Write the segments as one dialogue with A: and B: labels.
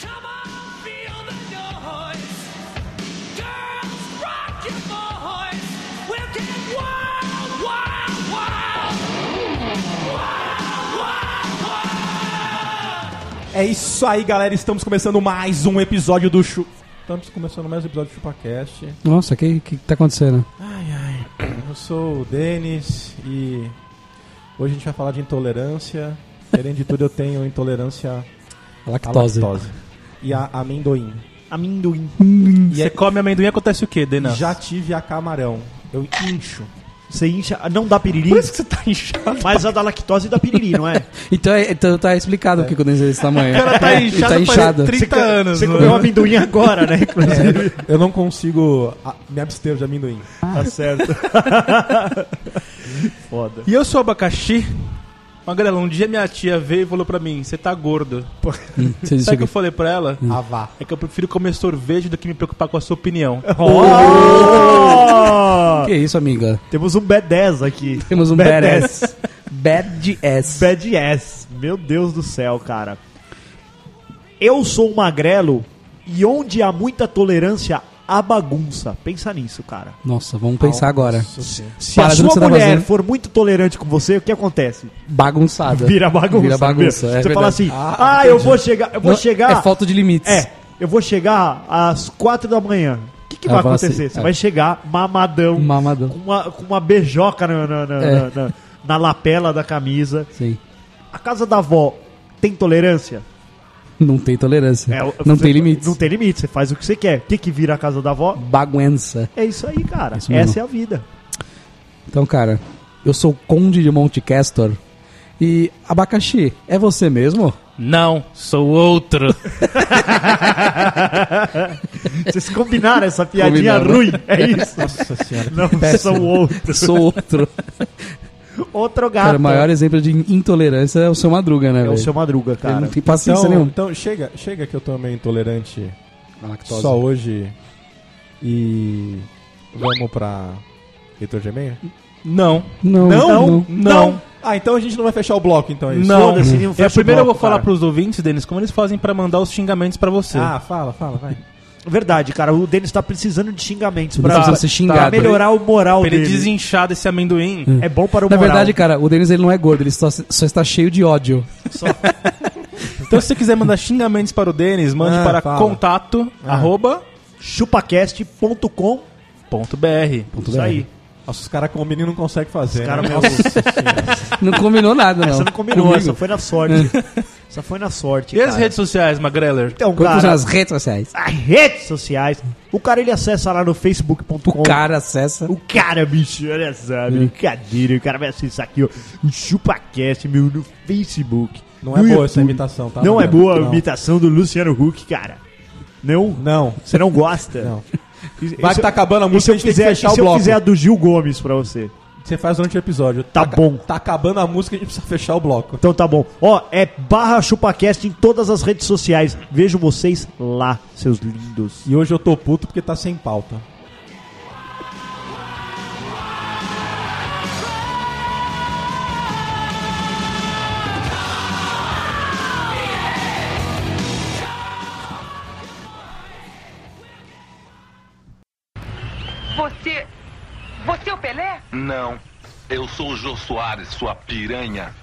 A: Come on, feel the noise. Girls, rock your boys. We'll get wild, wild, wild.
B: É isso aí, galera. Estamos começando mais um episódio do Chu. Estamos começando mais um episódio do ChupaCast.
C: Nossa, o que, que tá acontecendo?
B: Ai, ai. Eu sou o Denis e hoje a gente vai falar de intolerância. Além de tudo, eu tenho intolerância
C: A
B: à
C: lactose.
B: lactose e a amendoim.
D: Amendoim. Você come amendoim acontece o quê, Denas?
B: Já tive a camarão. Eu incho.
D: Você incha. Não dá piriri.
B: Por isso que você tá inchado.
D: Mas a da lactose dá piriri, não é?
C: Então, é- então tá explicado o que aconteceu desse tamanho.
D: cara tá inchado
C: tá
D: faz
C: inchado.
D: 30
B: anos,
D: Você
B: mano.
D: comeu um amendoim agora, né?
E: É.
D: Inclusive.
B: Eu não consigo ah, me abster de amendoim.
D: Tá certo. Foda.
E: E eu sou abacaxi. Magrela, um dia minha tia veio e falou pra mim, você tá gordo.
C: Hum, você
E: Sabe o que
C: chega.
E: eu falei pra ela?
D: Hum.
B: Avá.
E: É que eu prefiro comer sorvete do que me preocupar com a sua opinião.
C: Que é isso, amiga?
D: Oh! Temos um B10 aqui.
C: Temos um badass. Bad ass.
D: Bad ass. Meu Deus do céu, cara. Eu sou um magrelo e onde há muita tolerância, há bagunça. Pensa nisso, cara.
C: Nossa, vamos pensar agora.
D: Se
C: Para
D: a
C: do que
D: sua
C: você tá
D: mulher
C: fazendo.
D: for muito tolerante com você, o que acontece?
C: Bagunçada.
D: Vira bagunça.
C: Vira bagunça, é
D: Você
C: verdade.
D: fala assim, ah, eu vou chegar, eu vou
C: Não,
D: chegar...
C: É falta de limites.
D: É, eu vou chegar às quatro da manhã. O que, que
C: Ah,
D: vai
C: fala assim,
D: acontecer? Você
C: é.
D: vai chegar mamadão,
C: Mamadão.
D: Com, uma, com uma beijoca na, na, na-
C: É.
D: na- na- na lapela da camisa.
C: Sim.
D: A casa da avó tem tolerância?
C: Não tem tolerância.
D: É, o-
C: não
D: você-
C: tem limites.
D: Não tem limite, você faz o que você quer. O que, que vira a casa da avó?
C: Bagunça.
D: É isso aí, cara.
C: Isso mesmo.
D: Essa é a vida.
C: Então, cara, eu sou o Conde de Monte Castor. E abacaxi, é você mesmo?
E: Não, sou outro.
D: Vocês combinaram essa piadinha
C: Combinamos.
D: ruim, é isso.
B: Nossa senhora.
D: Não,
C: Péssimo.
D: são outro,
C: Sou outro.
D: outro gato.
C: cara, o maior exemplo de intolerância é o seu Madruga, né,
D: É
C: velho?
D: o seu Madruga,
C: Ele
D: cara.
C: não tem paciência
B: Então,
C: nenhuma.
B: então chega, chega que eu tô meio intolerante
C: Na lactose.
B: só hoje. E vamos pra leitor de e-mail?
E: Não,
C: Não, não.
E: não,
B: Ah, então a gente não vai fechar o bloco, então é isso?
E: não.
D: Foda-se, não
E: É,
D: fecha o
E: primeiro eu vou
D: bloco,
E: falar
D: cara.
E: pros ouvintes, Denis, como eles fazem pra mandar os xingamentos pra você.
B: Ah, fala, fala, vai.
D: Verdade, cara. O Denis tá precisando de xingamentos
C: Ele
D: pra,
C: precisa ser
D: pra
C: xingado.
D: melhorar o moral
E: pra ele
D: dele.
E: desinchar desse amendoim.
D: É bom para o
C: Na
D: moral.
C: verdade, cara, o Denis ele não é gordo, ele só, só está cheio de ódio.
E: Então se você quiser mandar xingamentos para o Denis, mande
B: Ah,
E: para
B: fala.
E: contato, arroba,
D: chupacast.com.
E: ponto br.
C: É.
D: Isso aí. é
B: Nossa, os caras com o menino não conseguem fazer.
D: Os caras
B: né?
D: mesmo.
C: Não combinou nada, não.
D: Essa não combinou,
C: Comigo.
D: essa foi na sorte. essa foi na sorte.
E: E as
D: cara.
E: redes sociais, Magreller?
D: Então,
C: Como funcionam
D: cara,
C: as redes sociais?
D: as redes sociais. O cara ele acessa lá no facebook.com.
C: O cara acessa.
D: O cara, bicho, olha só,
B: É.
D: brincadeira. O cara vai acessar aqui, ó. O ChupaCast, meu, no Facebook.
B: Não é
D: no
B: boa essa
D: YouTube.
B: imitação, tá?
D: Não é
B: Magro?
D: boa a
B: Não.
D: imitação do Luciano Huck, cara. Não?
B: Não.
D: Você não gosta?
B: Não.
D: Isso-
B: Vai
D: isso-
B: que tá acabando a
D: E se
B: música,
D: eu
B: a gente tem
D: fizer,
B: que fechar
D: e
B: o
D: se eu
B: bloco.
D: fizer a do Gil Gomes pra você?
B: Você faz durante o episódio.
D: Tá
B: ca-
D: bom.
B: Tá acabando a música, a gente precisa fechar o bloco.
D: Então tá bom. Ó, é barra ChupaCast em todas as redes sociais. Vejo vocês lá, seus lindos.
B: E hoje eu tô puto porque tá sem pauta.
F: Você. Você é o Pelé?
G: Não. Eu sou o Jô Soares, sua piranha.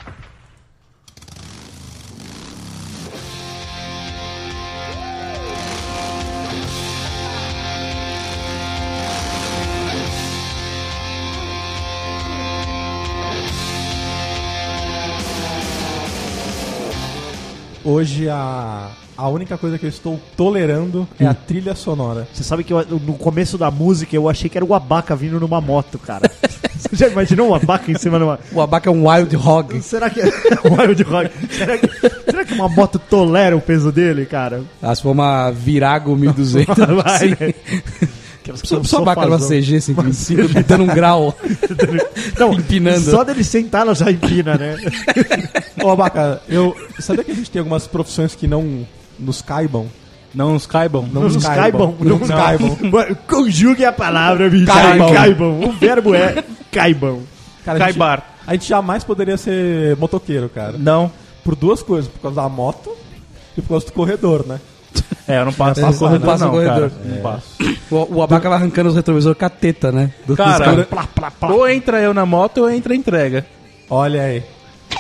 B: Hoje a, a única coisa que eu estou tolerando é a trilha sonora.
D: Você sabe que eu- no começo da música eu achei que era o Abaca vindo numa moto, cara. você já imaginou um Abaca em cima de uma.
C: O abaca é um wild hog.
D: Será que. é Wild Rock. Será que, será que uma moto tolera o peso dele, cara?
C: Ah, se for uma Virago 1200.
D: Vai,
C: sim.
D: né?
C: Precisa
D: sou
C: só abacar uma
D: fazão.
C: CG 55 dando um grau.
D: Não,
C: empinando.
D: Só dele sentar, ela já empina, né?
B: Ô, Abaca, eu. Sabia que a gente tem algumas profissões que não nos caibam?
E: Não os caibam.
B: Não
D: Nos caibam.
B: Não nos caibam.
D: Mano, Conjugue a palavra, bicho.
B: Caibam.
D: caibam. O verbo é caibam.
B: Cara, a gente-
E: Caibar.
B: A gente jamais poderia ser motoqueiro, cara.
E: Não.
B: Por duas coisas, por causa da moto e por causa do corredor, né? É.
E: É, eu não passo
C: Não
E: no corredor,
C: passa no
E: não, cara.
C: corredor.
E: Não passo.
C: O, o abaca vai arrancando os retrovisores com a teta, né? Do- dos
E: Cara,
C: caras.
E: ou entra eu na moto ou entra a entrega.
B: Olha aí.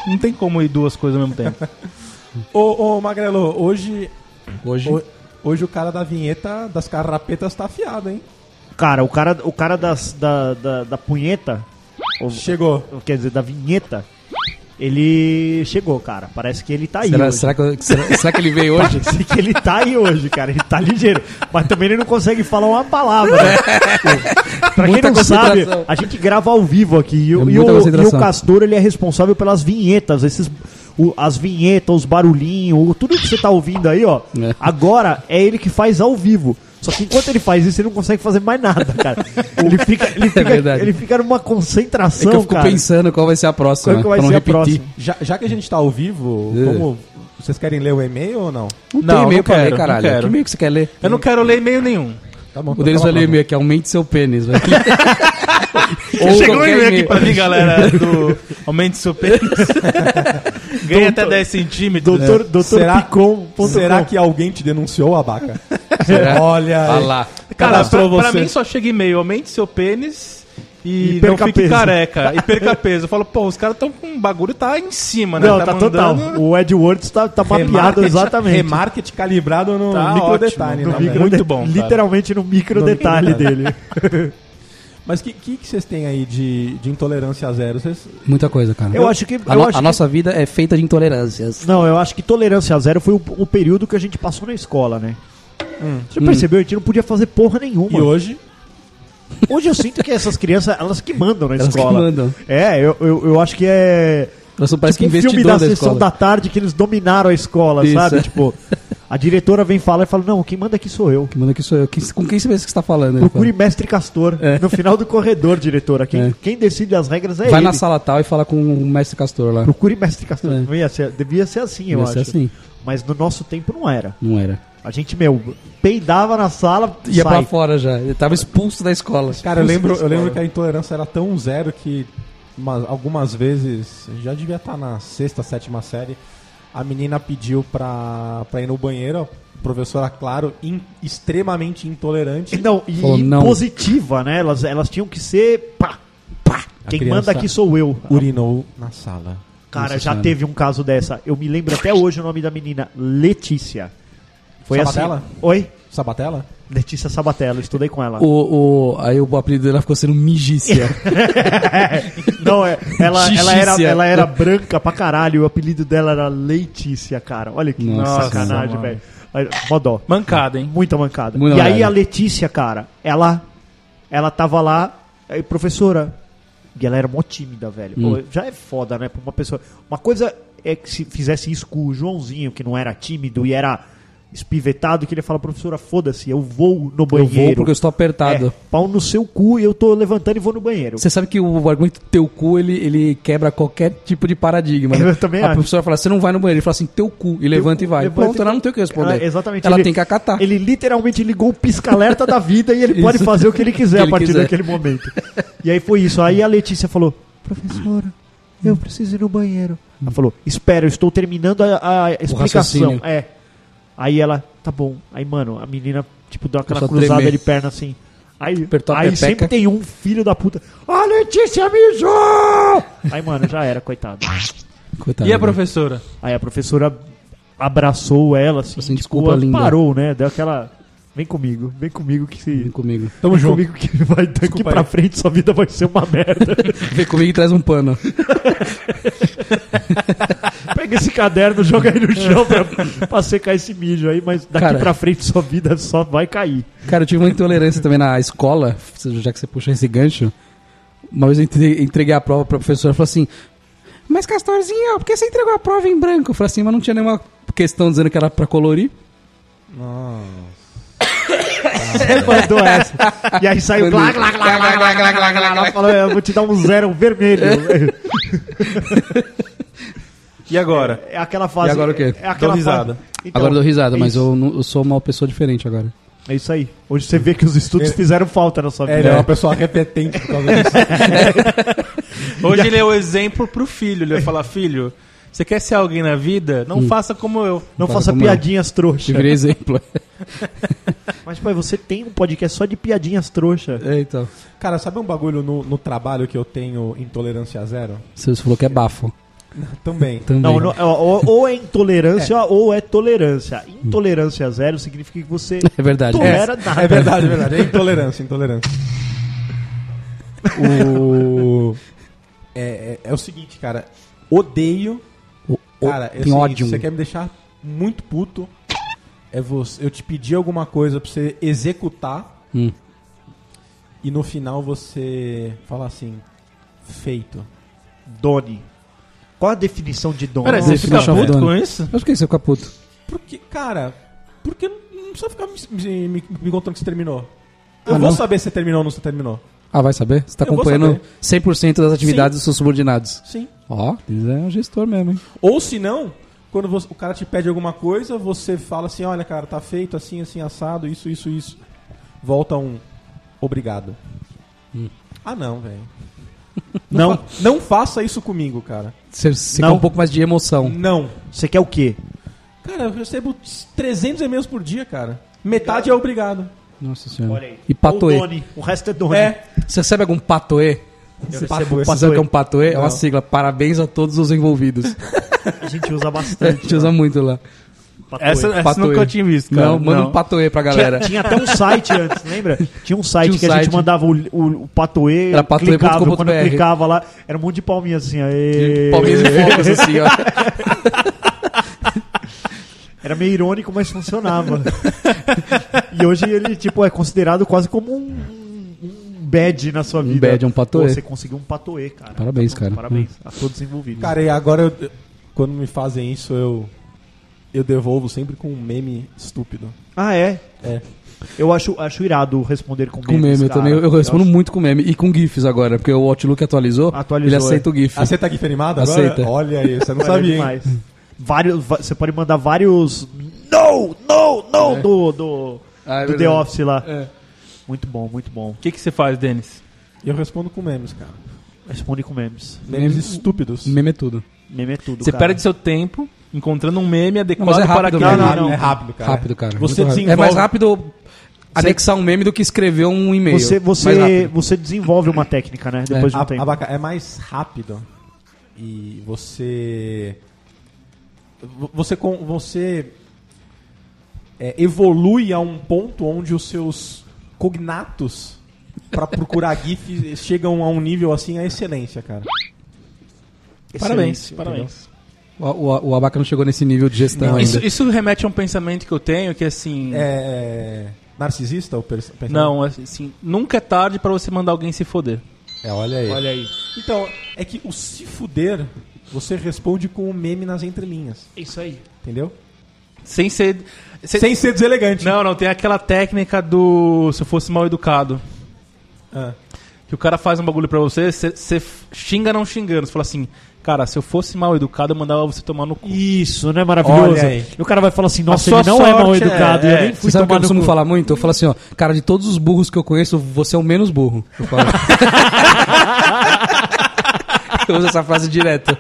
E: Não tem como ir duas coisas ao mesmo tempo.
B: Ô, ô Magrelo, hoje,
C: hoje.
B: ho- hoje o cara da vinheta das carrapetas tá afiado, hein?
D: Cara, o cara, o cara das, da, da, da punheta, ou-
B: Chegou.
D: quer dizer, da vinheta, ele chegou, cara. Parece que ele tá aí
C: Será,
D: hoje.
C: será, que, será, será que ele veio hoje?
D: Parece que ele tá aí hoje, cara. Ele tá ligeiro. Mas também ele não consegue falar uma palavra. Né? pra quem
C: Muita
D: não sabe,
C: concentração.
D: a gente grava ao vivo aqui. E, o-
C: É
D: e
C: muita
D: o, e o
C: concentração.
D: Castor, ele é responsável pelas vinhetas. Esses, o- as vinhetas, os barulhinhos, o- tudo que você tá ouvindo aí, ó.
C: É.
D: Agora é ele que faz ao vivo. Só que enquanto ele faz isso, ele não consegue fazer mais nada, cara. Ele fica, ele fica,
C: É verdade.
D: ele fica numa
C: É que
D: concentração,
C: eu fico
D: cara.
C: pensando qual vai ser a próxima.
D: Qual que vai
C: pra não
D: ser a
C: repetir.
D: próxima?
B: Já, já que a gente tá ao vivo,
C: É.
B: como. Vocês querem ler o e-mail ou não?
C: Não, tem
E: Não, não
C: e-mail pra
E: quero,
C: ler,
E: não
C: caralho.
E: quero.
C: Que e-mail que você quer ler?
E: Eu não quero ler e-mail nenhum.
B: Tá bom.
C: O Denis vai ler o e-mail aqui, aumente seu pênis. Vai. Ou
E: Chegou um
C: qualquer
E: e-mail aqui pra mim, galera, do Aumente Seu Pênis. Ganha até 10
C: É.
E: centímetros. É.
D: Doutor, doutor
B: Será-
D: Picom. ponto
B: Será
D: com.
B: que alguém te denunciou, Abaca?
C: Será?
B: Olha aí.
C: Olha lá.
E: Cara, pra,
B: Cadastrou
E: pra
B: você.
E: mim só chega e-mail, aumente seu pênis e,
D: E
E: não
D: perca
E: fique
D: peso.
E: careca. E perca peso. Eu falo, pô, os caras estão com um bagulho tá em cima, né?
D: Não, tá total. O AdWords tá, tá mapeado
B: Remarketing-
D: exatamente.
B: Remarketing calibrado no
E: Tá
B: micro
E: ótimo,
B: detalhe.
E: no
B: né,
E: micro
B: velho?
E: Muito bom, cara.
D: Literalmente tá. no micro detalhe dele.
B: Mas o que, que, que vocês têm aí de, de intolerância a zero? Vocês-
C: Muita coisa, cara.
D: Eu acho que.
C: a,
D: Eu
C: no-
D: acho
C: a
D: que-
C: nossa vida é feita de intolerâncias.
D: Não, eu acho que tolerância zero foi o, o período que a gente passou na escola, né? Você percebeu? A gente não podia fazer porra nenhuma.
B: E hoje?
D: Hoje eu sinto que essas crianças, elas que mandam na
C: Elas que
D: escola.
C: mandam.
D: É, eu, eu, eu acho que é.
C: Nós somos parece
D: tipo
C: que
D: um filme da,
C: investidor da
D: sessão
C: escola.
D: da tarde que eles dominaram a escola,
C: Isso,
D: sabe?
C: é.
D: Tipo, a diretora vem falar e fala: Não, quem manda aqui sou eu.
C: Que manda que sou eu. Que- com quem você pensa que você tá falando? Ele
D: Procure mestre Castor no final do corredor, diretora. Quem,
C: É.
D: quem decide as regras é
C: fala. Vai
D: ele.
C: na sala tal e fala com o mestre Castor lá.
D: Procure mestre Castor.
C: É.
D: Não ia ser- devia ser assim, eu
C: Devia ser
D: acho.
C: assim.
D: Mas no nosso tempo não era.
C: Não era.
D: A gente, meu, peidava na sala e é
C: Ia
D: sai.
C: pra fora já. Ele tava expulso da escola.
B: Cara, eu lembro, eu lembro
D: escola.
B: que a intolerância era tão zero que umas- algumas vezes, já devia estar na sexta, sétima série, a menina pediu pra, pra ir no banheiro, a professora, claro, in- extremamente intolerante.
D: Não, e
C: Falou,
D: e
C: não.
D: positiva, né? Elas, elas tinham que ser pá, pá.
B: A
D: Quem
B: criança
D: manda aqui sou eu.
B: Urinou na sala.
D: Cara,
C: Nossa
D: já
C: Senhora.
D: teve um caso dessa. Eu me lembro até hoje o nome da menina. Letícia. Foi
B: Sabatella?
D: assim. Oi?
B: Sabatella?
D: Letícia Sabatella, eu estudei com ela.
C: O, o, aí o apelido dela ficou sendo Migícia.
D: Não, é, ela, ela, era,
C: Xixícia.
D: ela era branca pra caralho e o apelido dela era Leitícia, cara. Olha que
C: Nossa,
D: sacanagem,
E: mano.
D: velho. Aí, Mó dó.
E: Mancada, hein?
D: Muita mancada.
C: Muita
D: e aí
C: mancada.
D: a Letícia, cara, ela ela tava lá, aí, professora. E ela era mó tímida, velho. Pô,
C: Hum.
D: já é foda, né? Pra uma pessoa. Uma coisa é que se fizesse isso com o Joãozinho, que não era tímido e era espivetado, que ele ia falar, professora, foda-se, eu vou no
C: eu
D: banheiro.
C: vou porque eu estou apertado.
D: É, pau no seu cu e eu tô levantando e vou no banheiro.
C: Você sabe que o argumento teu cu, ele, ele quebra qualquer tipo de paradigma. né?
D: Eu também
C: a
D: acho.
C: professora fala, você não vai no banheiro. Ele fala assim, teu cu. E levanta e vai.
D: Levanta
C: Pronto,
D: e-
C: ela não tem o que responder.
D: Ela- exatamente.
C: Ela
D: Ele-
C: tem que acatar.
D: Ele literalmente ligou o pisca-alerta da vida e ele
C: Isso.
D: pode fazer o que ele quiser
C: Que
D: a
C: ele
D: partir
C: quiser.
D: daquele momento. E aí foi isso. Aí a Letícia falou: Professora, eu
C: Hum.
D: preciso ir no banheiro. Ela falou: Espera, eu estou terminando a, a explicação.
C: raciocínio.
D: É. Aí ela, tá bom. Aí, mano, a menina, tipo, deu aquela
C: Começou a
D: cruzada
C: tremer.
D: de perna assim. Aí,
C: Apertou a
D: aí
C: pepeca.
D: sempre tem um filho da puta. A Letícia mijou! Aí, mano, já era, coitado.
C: Coitado, né?
E: E a
C: velho.
E: professora?
D: Aí a professora abraçou ela, assim,
C: Assim, desculpa,
D: ela
C: linda.
D: parou, né? Deu aquela. Vem comigo, vem comigo que se.
C: Vem comigo.
D: Tamo junto. comigo que vai daqui
B: Desculpa
D: pra
B: aí.
D: frente sua vida vai ser uma merda.
C: Vem comigo e traz um pano.
D: Pega esse caderno, joga aí no chão pra, pra secar esse mijo aí, mas daqui
C: Cara.
D: pra frente sua vida só vai cair.
C: Cara, eu tive uma intolerância também na escola, já que você puxou esse gancho. Uma vez eu entre- entreguei a prova pra professora, ela falou assim: Mas Castorzinho, por que você entregou a prova em branco? Eu falei assim, mas não tinha nenhuma questão dizendo que era pra colorir.
D: Você mandou essa. E aí saiu. Glá, glá, glá, glá, glá, glá, glá, glá, glá. Falou, eu vou te dar um zero vermelho.
B: E agora?
D: É aquela fase.
C: E agora o quê?
D: É aquela
B: Dou risada.
D: fase- Então,
C: agora eu dou risada,
D: é
C: mas
D: isso.
C: eu, não- eu sou uma pessoa diferente agora.
D: É isso aí. Hoje você vê que os estudos fizeram falta na sua
B: É,
D: vida.
B: ele é uma pessoa repetente por causa disso.
E: Hoje ele é o exemplo pro filho. Ele vai falar, filho, você quer ser alguém na vida? Não faça como eu.
D: Não
C: Fala
D: faça
C: como eu.
D: piadinhas
C: Te
D: trouxa.
C: virei exemplo.
D: Mas, pai, você tem um podcast só de piadinhas trouxa.
C: É, então.
B: Cara, sabe um bagulho no, no trabalho que eu tenho intolerância zero?
C: Você falou que é bafo.
B: Também.
C: Também.
D: Não, não, ou, ou é intolerância ou é tolerância. Intolerância zero significa que você
C: É verdade.
D: tolera nada.
B: É verdade, é verdade. É intolerância, intolerância. O... É, é, é o seguinte, cara. Odeio.
C: O- o-
B: Cara, é o
C: tem
B: seguinte,
C: ódio.
B: Você quer me deixar muito puto? É você, eu te pedir alguma coisa pra você executar.
C: Hum.
B: E no final você fala assim: feito.
D: Doni. Qual a definição de Doni?
E: Peraí, você fica
C: Definição
E: puto
C: do
E: com
C: ano.
E: isso?
C: Mas por que você fica puto?
B: Porque, cara, porque não precisa ficar me, me- me contando que você terminou. Eu
C: Ah,
B: vou
C: não?
B: saber se você terminou ou não se terminou.
C: Ah, vai saber? Você tá
B: Eu vou
C: acompanhando
B: saber.
C: 100% das atividades dos seus subordinados.
B: Sim.
C: Ó, eles é um gestor mesmo, hein?
B: Ou se não, quando você- o cara te pede alguma coisa, você fala assim, olha, cara, tá feito assim, assim, assado, isso, isso, isso. Volta um obrigado. Ah, não, velho.
D: Não.
B: Fa- Não faça isso comigo, cara.
C: Você, você
D: Não.
C: quer um pouco mais de emoção.
B: Não.
D: Você quer o quê?
B: Cara, eu recebo 300 e-mails por dia, cara. Metade é obrigado.
C: Nossa senhora.
D: Olha aí.
C: E
D: Ou
C: patoê.
D: Doni. O resto é Doni.
B: É.
C: Você recebe algum patoê?
D: Eu
B: Pato-
D: recebo
C: Você sabe o que é um
D: patoê.
C: patoê? É
B: Não.
C: uma sigla. Parabéns a todos os envolvidos.
D: A gente usa
C: A
D: bastante.
C: gente usa muito lá.
D: patoê.
E: Essa, essa
C: Patoê.
E: nunca eu tinha visto, cara.
C: Não, manda um patoê pra galera.
D: Tinha, tinha até um site antes, lembra? Tinha um site
C: Tinha um
D: que a gente
C: site.
D: mandava o, o, o patoê,
C: Era patoê.com.br.
D: clicava, quando eu clicava lá, era um monte de palminhas assim, aê.
C: Palmeiras de fogos, assim, ó.
D: Era meio irônico, mas funcionava. e hoje ele, tipo, é considerado quase como um, um bad na sua vida.
C: bad, um patoê.
D: Pô, você conseguiu um patoê, cara.
C: Parabéns,
D: Então,
C: cara.
D: Parabéns a todos envolvidos.
B: Cara, e agora eu- quando me fazem isso, eu eu devolvo sempre com um meme estúpido.
D: Ah, é?
B: É.
D: Eu acho, acho irado responder com memes,
C: Com meme, eu
D: cara.
C: também. Eu respondo
D: acho-
C: muito com meme. E com GIFs agora, porque o Outlook atualizou.
D: Atualizou,
C: ele aceita
D: é.
C: o GIF.
B: Aceita GIF animado
C: Aceita.
B: tá agora? Olha aí, você não
D: Cara, é
B: sabia, hein?
D: demais. Vários, va- você pode mandar vários no, no, no do, do,
C: Ah, é
D: do The
C: verdade.
D: Office lá.
C: É.
D: Muito bom, muito bom.
E: O que, que você faz, Denis?
B: Eu respondo com memes, cara.
D: Responde com memes.
B: Memes
C: Meme-
B: estúpidos.
C: Meme é tudo.
D: Meme é tudo,
E: Você
D: cara.
E: perde seu tempo encontrando um meme
C: Não,
E: adequado
C: mas é
E: para
C: rápido
E: aquele
C: mesmo.
D: Não, não,
E: meme.
D: não.
B: É rápido, cara.
C: Rápido, cara.
B: Você
C: Muito rápido.
B: desenvolve.
C: É mais rápido anexar um meme do que escrever um e-mail.
D: Você,
C: Mais
D: você,
C: rápido.
D: você desenvolve uma técnica, né? Depois de um
B: A-
D: tempo.
B: abaca- é mais rápido e você vo- você com- você é, evolui a um ponto onde os seus cognatos pra procurar GIF chegam a um nível assim a excelência, cara.
E: Parabéns,
D: Excelente,
E: parabéns.
C: O, o, o Abaca não chegou nesse nível de gestão ainda.
E: Isso, isso remete a um pensamento que eu tenho, que assim...
B: É, é, narcisista ou pers- pers-
E: Não, assim, nunca é tarde pra você mandar alguém se foder.
B: É, olha aí.
D: Olha aí.
B: Então, é que o se fuder, você responde com o meme nas entrelinhas,
D: Isso aí.
B: entendeu?
E: Sem ser... se-
B: Sem ser deselegante.
E: Não, não, tem aquela técnica do... Se eu fosse mal educado. É.
B: Ah.
E: Que o cara faz um bagulho pra você, você- você xinga não xingando. Você fala assim, cara, se eu fosse mal educado, eu mandava você tomar no cu.
D: Isso, não é maravilhoso?
B: Olha aí.
D: E o cara vai falar assim, nossa,
E: sua
D: ele não é
E: sorte
D: mal
E: é-
D: educado, eu
E: é.
D: nem
C: Você
D: fui
C: sabe o que
D: tomar
C: eu
D: no
C: costumo
D: cu.
C: falar muito? Eu falo assim, ó, cara, de todos os burros que eu conheço, você é o menos burro. Eu falo. eu uso essa frase direto.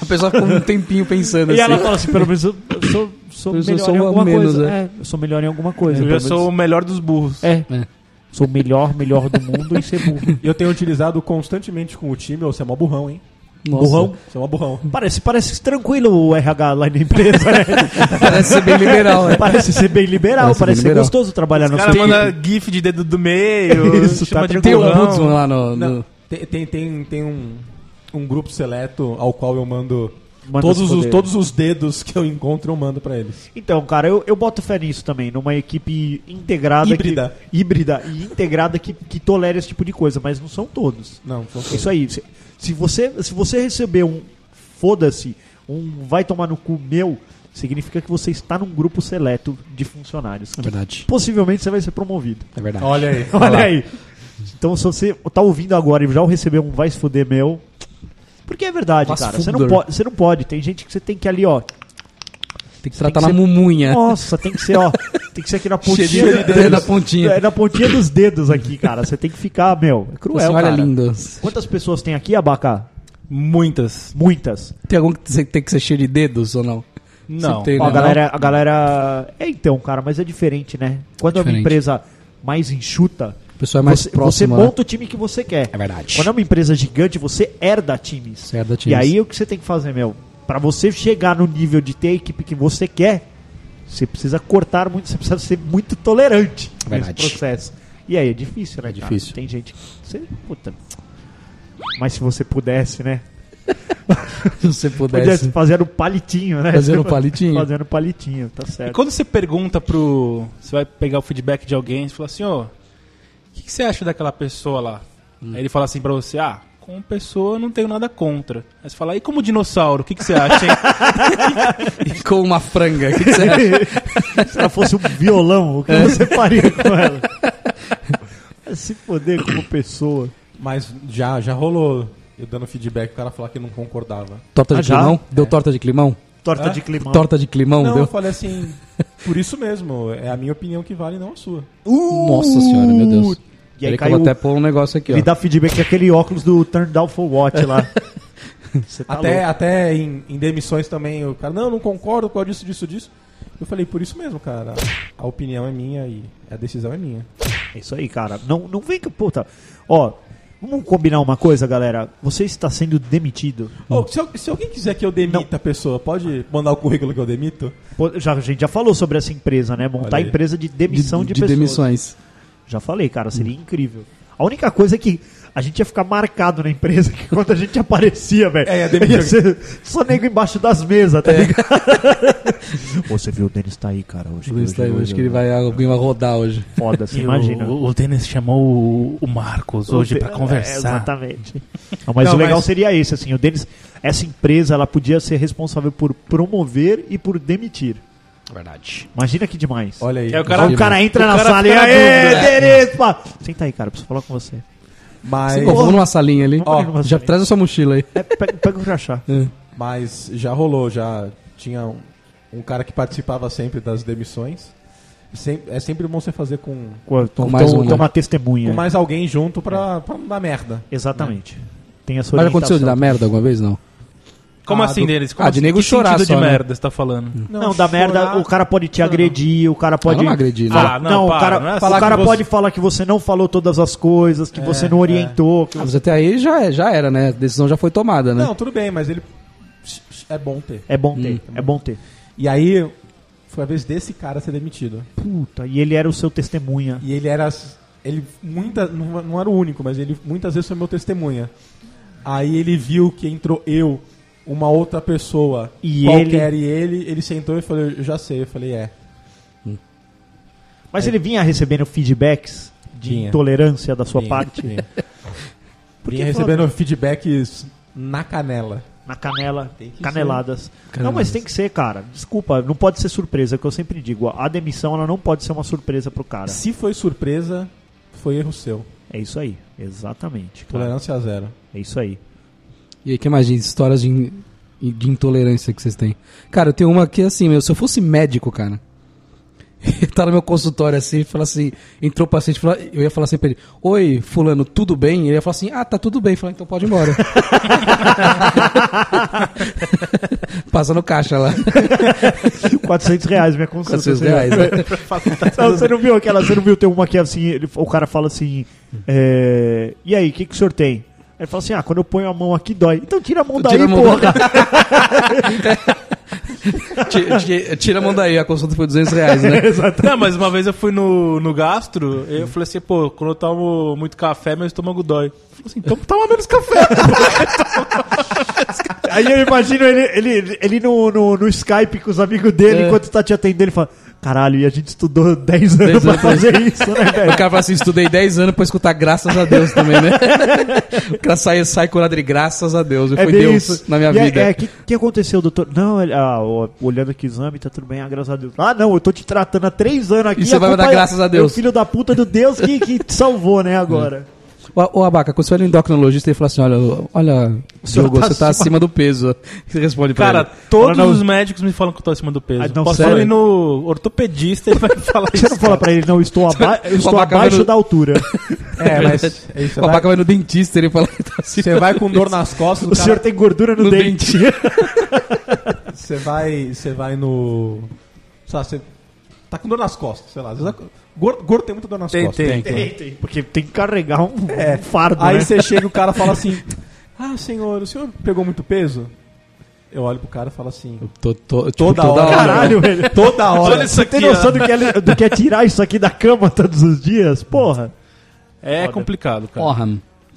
C: A pessoa fica um tempinho pensando
D: E
C: assim.
D: ela fala assim, pelo menos eu eu sou, sou
C: Eu sou-
D: melhor
C: sou
D: em
C: uma
D: alguma
C: menos,
D: coisa.
C: é. um-
D: É, eu sou melhor em alguma coisa.
E: Eu
D: pelo
E: já
D: menos.
E: sou o melhor dos burros.
D: É.
C: É.
D: Sou o melhor, melhor do mundo e ser burro.
B: E eu tenho utilizado constantemente com o time, ô, você é mó burrão, hein?
C: Nossa,
B: Você é mó burrão.
D: Parece, parece tranquilo o RH lá na empresa, né?
C: Parece ser bem liberal, né?
D: Parece ser bem liberal,
C: Parece
D: parece, ser
C: bem liberal.
D: gostoso trabalhar
E: O
D: na
E: cara
D: sua equipe.
E: manda Ah, gif de dedo do meio,
D: Isso,
E: chama
D: tá
E: de
B: um
C: Tem o
E: burrão.
C: Ombudsman lá no...
B: Não,
C: no-
B: tem, tem, tem, tem um, um grupo seleto ao qual eu mando
D: Manda se
B: todos, os,
D: foder.
B: todos os dedos que eu encontro, eu mando pra eles.
D: Então, cara, eu, eu boto fé nisso também, numa equipe integrada.
B: Híbrida.
D: Que, híbrida e integrada que, que tolera esse tipo de coisa, mas não são todos. É
B: Não, são todos.
D: Isso aí. Se, se você, se você receber um foda-se, um vai tomar um no cu meu, significa que você está num grupo seleto de funcionários.
C: É verdade.
D: Possivelmente você vai ser promovido.
C: É verdade.
B: Olha aí.
D: Olha aí. Então, se você tá ouvindo agora e já recebeu um vai se fuder meu. Porque é verdade,
C: Fast
D: cara. Você não,
C: fooder.
D: pode, você não pode. Tem gente que você tem que ir ali, ó.
C: Tem que tratar
D: tem que
C: na
D: ser-
C: mumunha.
D: Nossa, tem que ser, ó. Tem que ser aqui na
C: Cheirinho
D: pontinha.
C: É. de dedo na pontinha.
D: É na pontinha dos dedos aqui, cara. Você tem que ficar, meu. É cruel,
C: Assim, olha,
D: cara.
C: lindo.
D: Quantas pessoas tem aqui, Abacá?
E: Muitas.
D: Muitas.
C: Tem algum que tem tem que ser cheio de dedos ou não?
E: Não.
C: Sempre tem,
D: Ó,
C: né?
D: a galera, a galera. É então, cara, mas é diferente, né? Quando é uma
C: Diferente.
D: empresa mais enxuta,
C: O pessoal é mais
D: você,
C: próximo,
D: você
C: né?
D: monta o time que você quer.
C: É verdade.
D: Quando é uma empresa gigante, você herda times.
C: Você herda
D: E
C: times.
D: aí o que você tem que fazer, meu? Pra você chegar no nível de ter a equipe que você quer, você precisa cortar muito, você precisa ser muito tolerante
C: É Verdade.
D: nesse processo. E aí é difícil, né? É
C: difícil.
D: Tem gente que. Você, puta. Mas se você pudesse, né?
C: Se você
D: Pudesse
C: pudesse.
D: fazer o palitinho, né?
C: Fazer no palitinho.
D: Fazendo palitinho, tá
E: E
D: certo.
E: quando você pergunta pro. Você vai pegar o feedback de alguém, você fala assim, ô, o que, que você acha daquela pessoa lá? Aí ele fala assim pra você, ah, como pessoa eu não tenho nada contra. Aí você fala, e como dinossauro, o que, que você acha, hein?
C: Com uma franga. O que que você acha?
D: Se ela fosse um violão, o que você faria com ela? É Se foder como pessoa.
B: Mas já, já rolou eu dando feedback, o cara falar que não concordava.
C: Torta de
D: Ah, já?
C: climão? Deu torta de climão?
D: Torta de climão.
C: Torta de climão,
B: Não, eu
C: deu?
B: falei assim, por isso mesmo, é a minha opinião que vale, não a sua.
C: Nossa senhora, meu Deus.
D: E aí
C: Peraí que eu vou
D: caiu,
C: até pôr um negócio aqui, ó.
D: me dá feedback aquele óculos do Turn Down for Watch lá. Você tá
B: até
D: louco.
B: até em, em demissões também, o cara, não, não concordo com disso, disso, disso. Eu falei, por isso mesmo, cara, a opinião é minha e a decisão é minha.
D: É isso aí, cara. Não, não vem que puta. Ó, vamos combinar uma coisa, galera. Você está sendo demitido.
B: Ô, se, al- se alguém quiser que eu demita a pessoa, pode mandar o currículo que eu demito?
D: Pô, Já, a gente já falou sobre essa empresa, né?
B: Olha
D: Montar
B: aí.
D: empresa de demissão de, pessoas.
C: demissões.
D: Já falei, cara, seria incrível. A única coisa é que a gente ia ficar marcado na empresa que quando a gente aparecia, velho.
B: É, ia demitir
D: ia ser Só nego embaixo das mesas, tá ligado? Você viu, o Denis tá aí, cara, hoje.
C: Tudo isso
D: hoje,
C: daí,
D: hoje,
C: acho que ele vai, alguém vai rodar hoje.
D: Foda, você imagina.
E: O, o Dennis chamou o, o Marcos hoje pra
D: É,
E: conversar.
D: exatamente. Não, mas
B: Não,
D: o legal
B: mas-
D: seria esse, assim, o Denis, essa empresa, ela podia ser responsável por promover e por demitir.
C: Verdade.
D: Imagina que demais.
B: Olha aí.
E: É, o cara-
D: o cara entra
E: o
D: na
E: cara
D: sala e
E: fica na
D: aí,
E: dúvida."
D: Denis, pá. Senta aí, cara, preciso falar com você.
B: Mas,
C: vamos numa salinha ali.
D: Vamos ali numa
C: já
D: salinha.
C: traz a sua mochila aí.
D: É, pega, pega o crachá.
B: mas já rolou, já tinha um, um cara que participava sempre das demissões. Sem- é sempre bom você fazer com,
D: Com, a- com-
C: mais
D: com-
C: um,
D: com
C: né?
D: uma testemunha.
B: com mais alguém junto pra, pra não dar merda.
D: Exatamente. Tem a sua
C: Mas aconteceu de dar
D: orientação.
C: merda alguma vez, não?
E: Como
B: Ah,
E: assim,
B: do-
E: Dennis? Como
C: Ah, de
E: assim?
C: nego
E: que
C: chorar
E: sentido
C: só,
E: de
C: né?
E: merda você tá falando?
D: Não, da merda,
B: chorar-
D: o cara pode te agredir, o cara pode.
C: Ah, não agredir, né?
D: Ah,
E: Ah,
D: não,
E: não,
D: o
E: para,
D: cara,
E: não é assim
D: o
E: que
D: cara
E: você-
D: pode falar que você não falou todas as coisas, que você não orientou. que
C: Ah, mas até aí já, é- já era, né? A decisão já foi tomada, né?
B: Não, tudo bem, mas ele. É bom ter.
D: É bom ter,
C: Hum.
D: é bom ter.
B: E aí, foi a vez desse cara ser demitido.
D: Puta, e ele era o seu testemunha.
B: E ele era. Ele muita, não, não era o único, mas ele muitas vezes foi meu testemunha. Aí ele viu que entrou eu, uma outra pessoa,
D: E
B: qualquer, e ele, ele sentou e falou: Eu já sei. Eu falei: É.
D: Mas ele vinha recebendo feedbacks de
B: Vinha.
D: intolerância da sua
B: Vinha,
D: parte
B: vinha.
D: que
B: Vinha recebendo feedbacks na canela.
D: na canela,
B: que
D: caneladas. Não, mas tem que ser, cara. Desculpa, não pode ser surpresa, é o que eu sempre digo. A demissão ela não pode ser uma surpresa pro cara.
B: Se foi surpresa, foi erro seu.
D: É isso aí, exatamente. Cara.
B: Tolerância a zero.
D: É isso aí.
C: E aí, que mais de histórias de, in- de intolerância que vocês têm? Cara, eu tenho uma que assim, meu, se eu fosse médico, cara, tá no meu consultório assim, fala assim, entrou o paciente, fala- eu ia falar assim pra ele, oi, fulano, tudo bem? Ele ia falar assim, ah, tá tudo bem, falar, então pode ir embora. Passa no caixa lá,
D: 400 reais minha consulta.
C: 400 reais. Né?
D: Não, você não viu aquela, você não viu, tem uma que é assim, ele- o cara fala assim, é, e aí, o que, que o senhor tem? Aí Ele fala assim, ah, quando eu ponho a mão aqui dói. Então tira a mão daí,
C: Tira a mão
D: porra.
C: Ti- ti- Tira a mão daí, a consulta foi 200 reais, né?
E: Não, mas uma vez eu fui no, no gastro, eu falei assim, pô, quando eu tomo muito café, meu estômago dói. Falei assim, então toma menos café.
D: Aí eu imagino ele, ele, ele no, no, no Skype com os amigos dele,
C: É.
D: enquanto tá te atendendo, ele fala: Caralho, e a gente estudou 10 anos
C: Dez
D: pra
C: anos pra
D: fazer isso, né,
C: O
D: velho?
C: cara fala assim, estudei 10 anos pra escutar graças a Deus também, né? o cara sai, sai curado de graças a Deus. E
D: É
C: foi
D: bem
C: Deus
D: isso.
C: na minha
D: E é-
C: vida.
D: É, o que, que aconteceu, doutor? Não, ele- ah, ó, olhando aqui o exame, tá tudo bem, ah, graças a Deus. Ah, não, eu tô te tratando há 3 anos aqui.
C: E você
D: a
C: vai
D: culpa
C: dar
D: é-
C: graças a
D: é
C: Deus.
D: O filho da puta do Deus que, que te salvou, né, agora.
C: O, Abaca, quando você olha um endocrinologista, ele fala assim, olha, olha,
D: senhor
C: Diogo,
D: tá
C: você tá acima do peso. Você responde pra
E: Cara,
C: ele.
E: todos
D: Fala, não.
E: os médicos me falam que eu tô acima do peso.
D: Ah, não,
E: Posso
D: sério?
E: ir no ortopedista e vai me falar
D: Você
C: É.
E: isso.
D: não fala pra ele, não, eu estou, aba eu estou
C: Abaca,
D: abaixo
C: mas-
D: da altura.
B: É, mas é isso,
C: O
B: vai-
C: Abaca vai no dentista, ele fala que tá acima
B: Você vai com dor nas costas,
D: O
B: o
D: senhor
B: cara,
D: tem gordura no,
C: do
D: dente.
C: dente.
B: você vai, você vai no, sei lá, você tá com dor nas costas, sei lá. Às vezes a- gordo, gordo tem muita dor nas
E: Tem,
B: costas.
E: tem.
D: Tem, tem, Porque tem que carregar um,
B: É.
D: um fardo,
B: Aí
D: né?
B: você chega e o cara fala assim: "Ah, senhor, o senhor pegou muito peso?" Eu olho pro cara e falo assim:
C: Tô- tô- tipo,
B: Toda hora.
D: Caralho, velho.
B: "Toda hora."
E: Olha isso
D: Tem
E: aqui,
D: noção
E: ó.
D: do que, é, do que é tirar isso aqui da cama todos os dias? Porra.
E: É
D: Foda.
E: complicado, cara.
C: Porra,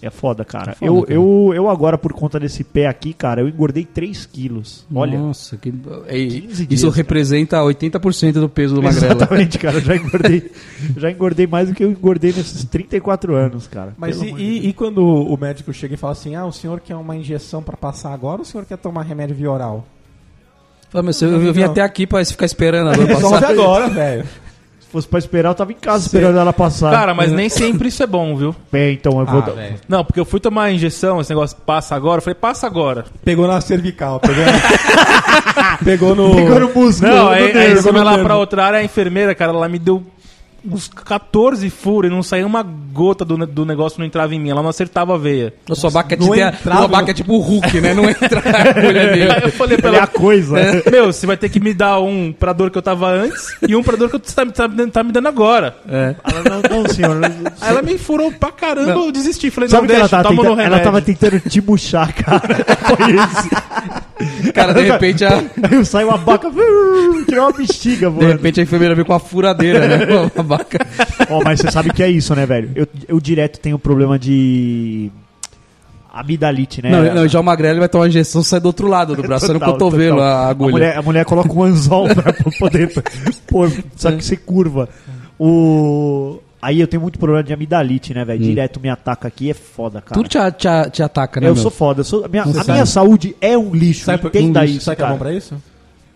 D: É foda, cara.
C: foda,
D: eu,
C: cara.
D: Eu, eu agora, por conta desse pé aqui, cara, eu engordei 3 quilos. Olha.
C: Nossa, que... Ei,
D: 15 dias,
C: É, isso
D: cara.
C: representa 80% do peso do magrelo.
D: Exatamente, cara. Eu já engordei, já engordei mais do que eu engordei nesses 34 anos, cara.
B: Mas
D: Pelo
B: e,
D: amor de
B: e- e quando o médico chega e fala assim: "Ah, o senhor quer uma injeção pra passar agora ou o senhor quer tomar remédio via oral?"
C: Fala, meu, eu, eu vim até aqui pra ficar esperando a dor
B: Resolve
C: passar.
B: agora, velho.
D: Deus. Se fosse pra esperar, eu tava em casa esperando ela passar.
E: Cara, Ah, mas nem sempre isso é bom, viu?
D: Bem, então eu vou. dar-
B: velho.
E: Não, porque eu fui tomar a injeção, esse negócio passa agora. Eu falei, passa agora.
B: Pegou na cervical, pegou na... pegou no...
D: Pegou no músculo.
E: Não,
D: no
E: aí, aí
D: nervo,
E: você vai
D: no
E: lá
D: nervo.
E: pra outra área, a enfermeira, cara, ela me deu uns 14 furos e não saiu uma gota do, ne- do negócio, não entrava em mim. Ela não acertava a veia.
C: Nossa, o Abaca é,
B: Não
C: tipo-
B: entrava,
C: o Abaca é tipo o Hulk, né? Não entra a agulha dele.
E: Aí eu falei pra
D: Ele é a
E: ela, né?
D: coisa.
E: meu, você vai ter que me dar um pra dor que eu tava antes e um pra dor que você tá, me- tá me- tá me dando agora.
C: É.
D: Ela, não, não, senhor. não-
E: Aí ela me furou pra caramba, eu desisti. Falei,
D: Sabe o
E: não,
D: que ela
E: deixa,
D: tava
E: toma no
D: tentando?
E: remédio.
D: Ela tava tentando te murchar, cara. Foi isso.
C: Cara, de repente a,
D: Aí saiu uma vaca, tirou uma bexiga,
C: de
D: mano.
C: repente a enfermeira veio com a furadeira, né? O Abaca.
D: Ó, mas você sabe que é isso, né, velho? Eu, eu direto tenho problema de. amidalite, né?
C: Não, não, já o Magrelo ele vai tomar uma injeção sai do outro lado do braço, sai no
D: Total,
C: cotovelo
D: total.
C: a agulha.
D: A mulher, a mulher coloca um anzol pra poder. Pô, só que você curva. O. Aí eu tenho muito problema de amidalite, né, velho? Direto me ataca aqui, é foda, cara.
C: Hum. Tudo te, a- te a- te ataca, né?
D: eu
C: meu?
D: sou foda. eu sou- a minha, a
C: sabe.
D: minha saúde é um lixo.
B: Sabe, por-
D: entenda
B: um-
D: isso.
B: sabe que é
D: cara.
B: bom pra isso?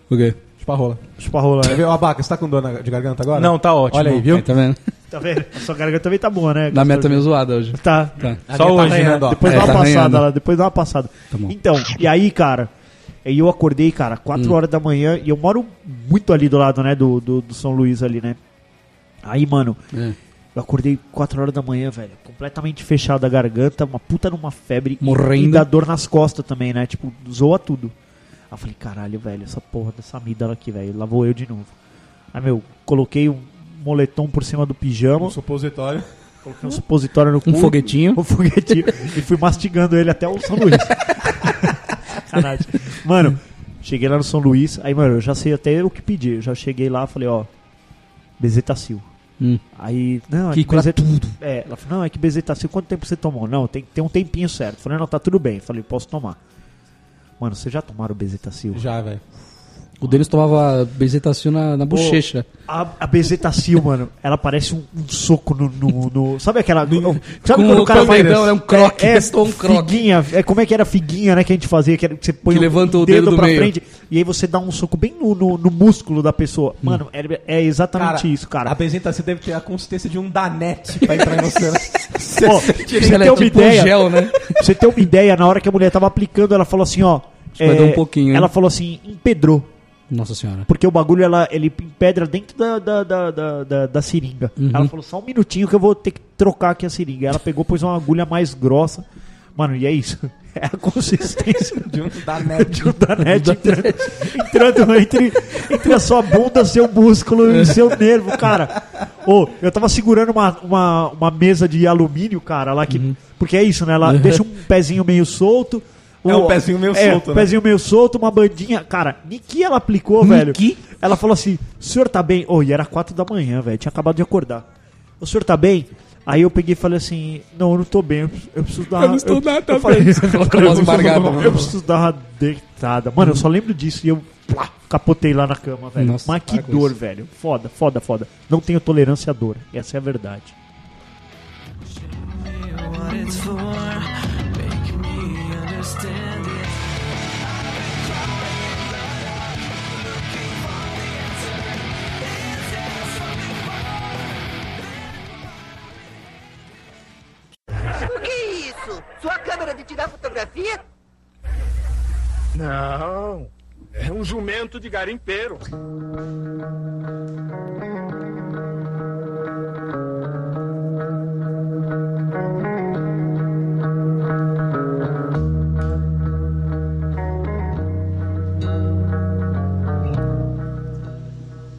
C: O quê?
B: Chupa rola.
D: Chupa rola, né?
B: Quer ver? Ô, Abaca, você tá com dor na- de garganta agora?
E: Não, tá ótimo.
B: Olha aí, viu?
C: Aí, tá vendo?
D: Tá vendo? A sua garganta também tá boa, né?
C: Na minha tá
D: Gustavo?
C: meio zoada hoje.
D: Tá.
C: Tá.
E: Só
B: Ele tá
E: hoje, né?
B: arranhando, ó.
D: Depois
C: É,
D: dá uma
C: tá
D: passada
C: arranhando.
D: lá, depois dá uma passada.
C: bom.
D: então, e aí, cara, aí eu acordei, cara, 4
C: Hum.
D: horas da manhã, e eu moro muito ali do lado, né, do, do, do São Luís ali, né? Aí, mano,
C: É.
D: eu acordei 4 horas da manhã, velho, completamente fechado a garganta, uma puta numa febre e-
C: Morrendo.
D: e dá dor nas costas também, né? Tipo, zoa tudo. Aí eu falei, caralho, velho, essa porra dessa amígdala aqui, velho, lá vou eu de novo. Aí, meu, coloquei um moletom por cima do pijama,
B: Um supositório.
D: coloquei um supositório no cu.
C: Um foguetinho.
D: O foguetinho. e fui mastigando ele até o São Luís. Sacanagem. Mano, cheguei lá no São Luís. Aí, mano, eu já sei até o que pedir. Eu já cheguei lá, falei, ó, Bezetacil.
C: Hum.
D: Aí, não, é
C: Que cura
D: Bezeta- É, ela falou, não, é que Bezetacil, quanto tempo você tomou? Não, tem, tem um tempinho certo. Falei, não, tá tudo bem. Falei, posso tomar. Mano, vocês já tomaram Bezetacil?
B: Já, Tá, velho.
C: O Denis tomava bezetacil na, na bochecha.
D: A, a Bezetacil, mano, ela parece um, um soco no, no, no- Sabe aquela. sabe
C: com
D: quando
C: o
D: o cara faz.
C: pandegão, né? Um croque,
D: é,
C: restou um croque.
D: Figuinha, é, como é que era a figuinha, né? Que a gente fazia, que, era, que você põe
C: Que levanta o dedo do
D: pra
C: meio.
D: frente e aí você dá um soco bem no, no, no músculo da pessoa.
C: Hum.
D: Mano, é, é exatamente isso, cara.
B: A apresentação deve ter a consistência de um danete pra entrar em você. né? Você
D: Ó,
B: sente
D: você
B: ele-
C: Ela
D: tem
C: é
D: uma
C: tipo um
D: ideia?
C: gel, né?
D: Pra você ter uma ideia, na hora que a mulher tava aplicando, ela falou assim, ó.
C: Acho que vai dar um pouquinho, hein?
D: Ela falou assim, empedrou.
C: Nossa senhora.
D: Porque o bagulho ela, ele empedra dentro da, da, da, da, da- da seringa. Ela falou: só um minutinho que eu vou ter que trocar aqui a seringa. Ela pegou, pôs uma agulha mais grossa. Mano, e é isso. É a consistência de um,
B: danete.
D: de um danete entrando, entrando entre, entre a sua bunda, seu músculo e seu nervo, cara. Ô, eu tava segurando uma, uma, uma mesa de alumínio, cara, lá que.
C: Uhum.
D: Porque é isso, né? Ela deixa um pezinho meio solto.
B: É um
D: o-
B: pezinho meio
D: é,
B: solto,
D: um
B: né?
D: pezinho meio solto, uma bandinha. Cara, Niki ela aplicou, velho. Ela falou assim: o senhor tá bem? Ô, e era quatro da manhã, velho. Tinha acabado de acordar. O senhor tá bem? Aí eu peguei e falei assim: Não, eu não tô bem, eu preciso- eu preciso dar.
C: Eu não estou nada bem. Você colocou
D: eu preciso-
C: umas
D: um
C: embargadas, mano.
B: né?
D: Eu preciso dar uma deitada. Mano, eu só lembro disso e eu plá, capotei lá na cama, velho.
C: Nossa,
D: Mas que
C: para com
D: dor,
C: isso.
D: velho. Foda, foda, foda. Não tenho tolerância à dor. Essa é a verdade.
A: what it's for. Make me understand it.
F: O que é isso? Sua câmera de tirar fotografia?
H: Não, é um jumento de garimpeiro.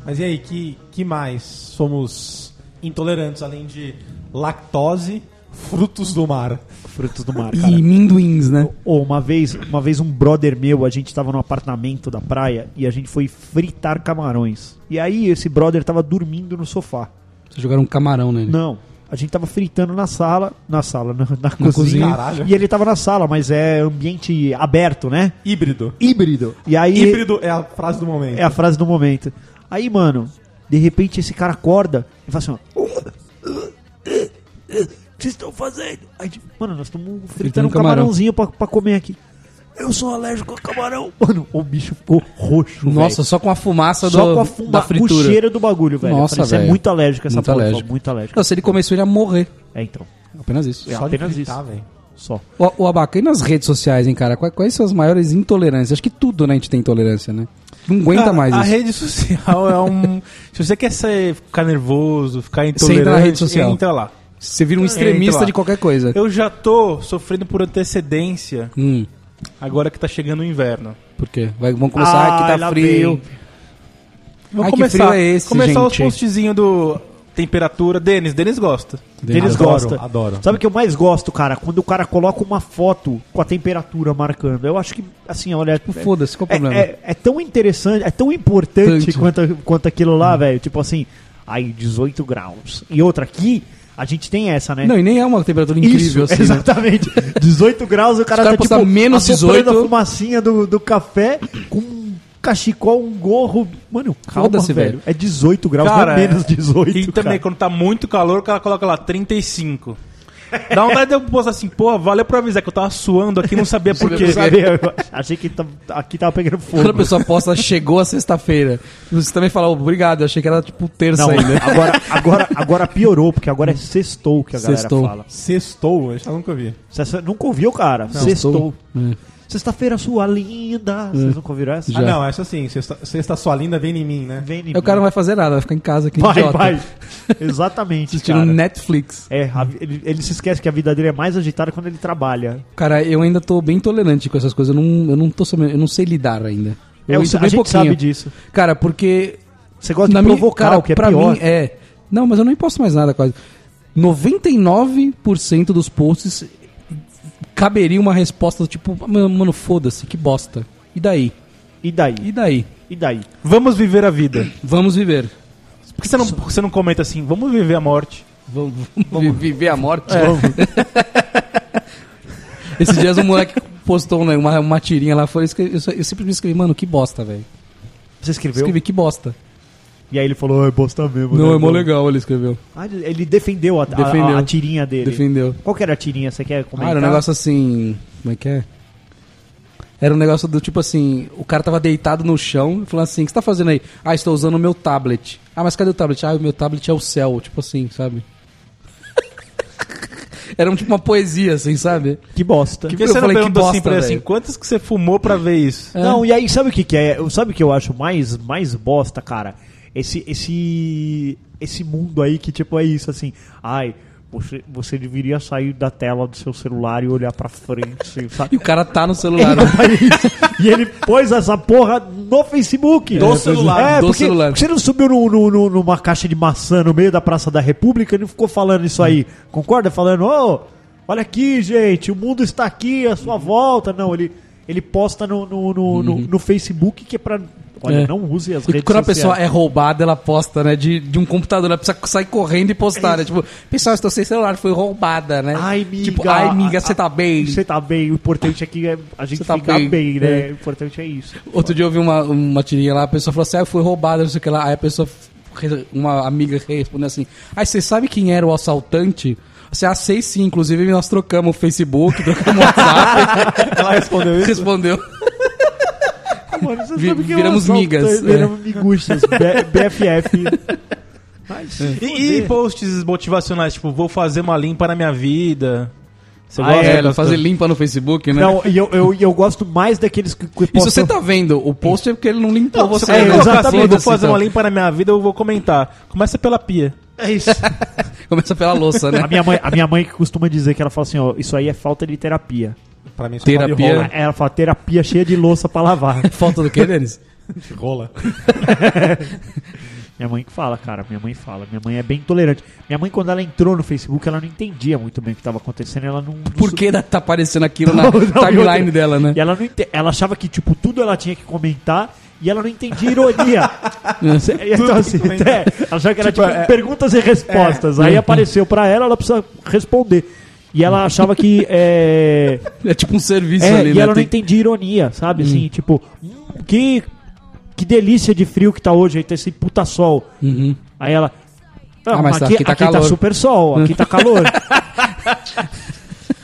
B: Mas e aí, que, que mais somos intolerantes além de lactose, frutos do mar?
D: Frutos do mar, cara.
C: E minduins, né?
D: Ô, uma vez, uma vez um brother meu, a gente tava num apartamento da praia e a gente foi fritar camarões. E aí esse brother tava dormindo no sofá.
C: Vocês jogaram um camarão nele.
D: Não, a gente tava fritando na sala, na sala, na, na cozinha.
C: cozinha.
B: Caralho.
D: E ele tava na sala, mas é ambiente aberto, né?
B: Híbrido.
D: Híbrido. E aí
B: Híbrido é a frase do momento.
D: é a frase do momento. Aí, mano, de repente esse cara acorda e fala assim, ó. O que vocês estão fazendo? Aí, tipo, mano, nós estamos fritando
C: Fritando
D: um
C: camarão.
D: camarãozinho pra, pra comer aqui. Eu sou alérgico a camarão. Mano, o bicho ficou roxo,
C: Nossa,
D: velho.
C: só com a fumaça
D: só
C: do,
D: com a fuma,
C: da
D: com o
C: fritura.
D: cheiro do bagulho, velho. Eu
C: Nossa,
D: falei, "Você é
C: velho.
D: muito alérgico a essa
C: Muito
D: porra. Ele falou,
C: alérgico.
D: Muito alérgico.
C: Não, se ele começou, ele ia morrer.
D: É, então.
C: Apenas isso.
D: É
B: Só de
D: apenas
B: fritar,
D: isso.
B: Tá, velho.
D: Só.
C: O, o Abaca, e nas redes sociais, hein, cara? Quais, quais são as maiores intolerâncias? Acho que tudo, né, a gente tem intolerância, né? Não aguenta
E: Cara,
D: Ah,
C: mais
E: a
C: isso.
E: rede social é um. Se você quer ser, ficar nervoso, ficar
C: entra na
E: intolerante,
C: rede social.
E: entra lá.
C: Você vira um
E: É,
C: extremista
E: então, ó.
C: de qualquer coisa.
E: Eu já tô sofrendo por antecedência
C: Hum,
E: agora que tá chegando o inverno.
C: por quê? Vai, vamos começar,
D: Ah,
C: aqui
D: lá
C: tá frio.
D: vem.
E: Vou
C: Ai, que
E: começar,
C: frio é esse,
E: começar os
C: gente?
E: postzinhos do temperatura. Denis, Denis gosta.
D: Eles
B: Adoro,
D: gostam.
B: adoro.
D: Sabe o que eu mais gosto, cara? Quando o cara coloca uma foto com a temperatura marcando. Eu acho que, assim, olha.
C: Tipo, foda-se, qual o
D: é,
C: problema?
D: é- é tão interessante, é tão importante
C: Tanto.
D: quanto, quanto aquilo lá, velho. Tipo assim, aí 18 graus. E outra aqui, a gente tem essa, né?
C: Não, e nem é uma temperatura incrível assim, né?
D: Exatamente. 18 graus, o cara,
C: Os cara
D: tá
C: posta
D: tipo
C: menos
D: assoprando
C: 18.
D: a fumacinha do, do café com um cachecol, um gorro. Mano, calma,
C: Foda-se,
D: velho.
C: velho. então
D: É 18 graus, não é menos 18.
E: E também,
D: cara.
E: quando tá muito calor, o cara coloca lá 35. Dá vontade de eu postar assim, pô, valeu pra avisar que eu tava suando aqui, não sabia por quê.
D: Eu sabia, eu achei que tá- aqui tava pegando
C: Quando a
D: fogo.
C: pessoa posta, chegou a sexta-feira. Você também fala, "Oh, obrigado, eu achei que era tipo terça
D: Não, é
C: ainda.
D: agora, agora, agora piorou, porque agora é sextou que a galera
C: Sextou.
D: fala.
B: Sextou, eu já nunca vi.
D: Cê, nunca ouviu, cara? Sextou.
C: É.
D: Sexta-feira sua linda. Vocês nunca ouviram essa?
B: Ah,
C: Já.
B: não, essa sim. Sexta, sexta sua linda vem em mim, né?
D: Vem em
C: Aí o cara não
D: mim.
C: vai fazer nada, vai ficar em casa aqui.
D: Vai,
C: idiota. um
D: vai. Exatamente,
C: Assistindo
D: cara.
C: Netflix.
D: É, a vi- ele, ele se esquece que a vida dele é mais agitada quando ele trabalha.
C: Cara, eu ainda tô bem tolerante com essas coisas. Eu não, eu não tô sabendo, eu não sei lidar ainda.
D: É,
C: Eu
D: o-
C: isso
D: a gente sabe disso.
C: Cara, porque
D: Você gosta
C: na
D: de
C: minha-
D: provocar,
C: cara,
D: o que é
C: pra
D: pior.
C: Mim, é. Não, mas eu nem posto mais nada quase. 99% dos posts caberia uma resposta do tipo, "Mano, mano, foda-se, que bosta. E daí?
D: E daí?
C: E daí?
D: E daí?
E: Vamos viver a vida.
C: Vamos viver.
E: Por que você não, por que você não comenta assim, vamos viver a morte? Tipo
C: Vamos, viver a morte.
D: É.
C: Esses dias um moleque postou né, uma, uma tirinha lá, foi, eu, escrevi- eu só- eu simplesmente escrevi, mano, que bosta, velho.
D: Você escreveu?
C: Escrevi, que bosta.
D: E aí ele falou, "Ah, é bosta mesmo. né,
C: Não, é mó
D: mano?"
C: legal, ele escreveu.
D: Ah, ele defendeu a, a-
C: Defendeu.
D: a tirinha dele.
C: Defendeu.
D: Qual que era a tirinha? Você quer
C: Ah,
D: comentar?
C: era um negócio assim. Como é que é? Era um negócio do tipo assim: o cara tava deitado no chão e falando assim: o que você tá fazendo aí? Ah, estou usando o meu tablet. Ah, mas cadê o tablet? Ah, o meu tablet é o céu. Tipo assim, sabe? era um, tipo uma poesia, assim, sabe?
D: Que bosta.
E: Por
C: eu
E: que você não
C: falei, que
E: perguntou assim
C: bosta,
E: pra ele assim,
C: velho.
E: quantas que você fumou pra ver isso?
D: Não, e aí sabe o que, que é? Eu- Sabe o que eu acho mais, mais bosta, cara? Esse, esse, esse mundo aí que tipo é isso, assim. Ai, você, você deveria sair da tela do seu celular e olhar pra frente,
C: E
D: sabe?
C: o cara tá no celular.
D: e ele pôs essa porra no Facebook.
C: Do celular,
D: É,
C: do
D: porque
C: celular.
D: porque você não subiu no- no- no- numa caixa de maçã no meio da Praça da República e não ficou falando isso aí. Concorda? Falando, ô, olha aqui, gente, o mundo está aqui, à sua volta. Não, ele, ele posta no, no, no, no- no Facebook que é pra Olha,
C: Uhum. É.
D: não use as
C: E
D: redes
C: quando a
D: sociais.
C: pessoa é roubada, ela posta, né? De, de um computador, ela precisa sair correndo e postar, né? Tipo, pessoal, estou sem celular, foi roubada, né?
D: Ai, miga.
C: Tipo, ai, amiga,
D: a-
C: você
D: a-
C: tá bem?
D: Você tá bem. O importante é que é a gente
C: Você tá
D: ficar
C: bem,
D: bem, né?
C: é.
D: O importante é isso.
C: Outro dia eu vi uma, uma tirinha lá, a pessoa falou assim, ah, eu fui roubada, não sei o que lá. Aí a pessoa, re- uma amiga respondeu assim, ah, você sabe quem era o assaltante? Assim, ah, sei sim, inclusive nós trocamos o Facebook, trocamos o WhatsApp,
B: Ela respondeu isso?
C: respondeu.
D: Ah, Mano, você
C: Vi-
D: sabe que eu
C: viramos
D: sou-
C: migas, É.
D: Viramos miguxas. B- BFF. Mas,
C: É,
E: E, e posts motivacionais, tipo, vou fazer uma limpa na minha vida. Você
D: Ah,
E: gosta?
D: é,
C: É, ela
E: Castor?
C: fazer limpa no Facebook, né?
D: Não, e eu, eu, e eu gosto mais daqueles que, que
C: E se você
D: postam-
C: tá vendo o post é porque ele não limpou
E: Não,
C: você.
E: você vai
C: né?
E: colocar
D: é, exatamente.
E: assim, vou
C: Foda-se,
E: fazer uma
C: então.
E: limpa na minha vida, eu vou comentar. Começa pela pia.
D: É isso.
C: Começa pela louça, né?
D: A minha, mãe, a minha mãe que costuma dizer que ela fala assim, ó, isso aí é falta de terapia.
B: Pra mim, só
C: Terapia.
B: fala
D: Ela- Ela fala, terapia cheia de louça pra lavar.
C: Falta do que, Denis?
B: de rola. rola.
D: Minha mãe que fala, cara, minha mãe fala. Minha mãe é bem tolerante. Minha mãe, quando ela entrou no Facebook, ela não entendia muito bem o que tava acontecendo. Ela não. não
C: Por
D: su-
C: que tá aparecendo aquilo na
D: Não, não, e
C: timeline
D: outra-
C: dela, né?
D: E ela, não ente- ela achava que, tipo, tudo ela tinha que comentar e ela não entendia a ironia. Cê- então, assim, é, ela achava que era, tipo,
B: Tipo, é-
D: perguntas e respostas.
C: é.
D: Aí apareceu pra ela, ela precisa responder. E ela achava que. É,
C: É tipo um serviço
D: é,
C: ali,
D: e
C: né?
D: ela não
C: Tem- Uhum.
D: entendia ironia, sabe? Assim, tipo, "Hum, que, que delícia de frio que tá hoje, aí tá esse puta sol.
C: Uhum.
D: Aí ela. "Não,
C: Ah, mas
D: aqui,
C: aqui tá
D: aqui tá
C: calor."
D: super sol, aqui tá calor.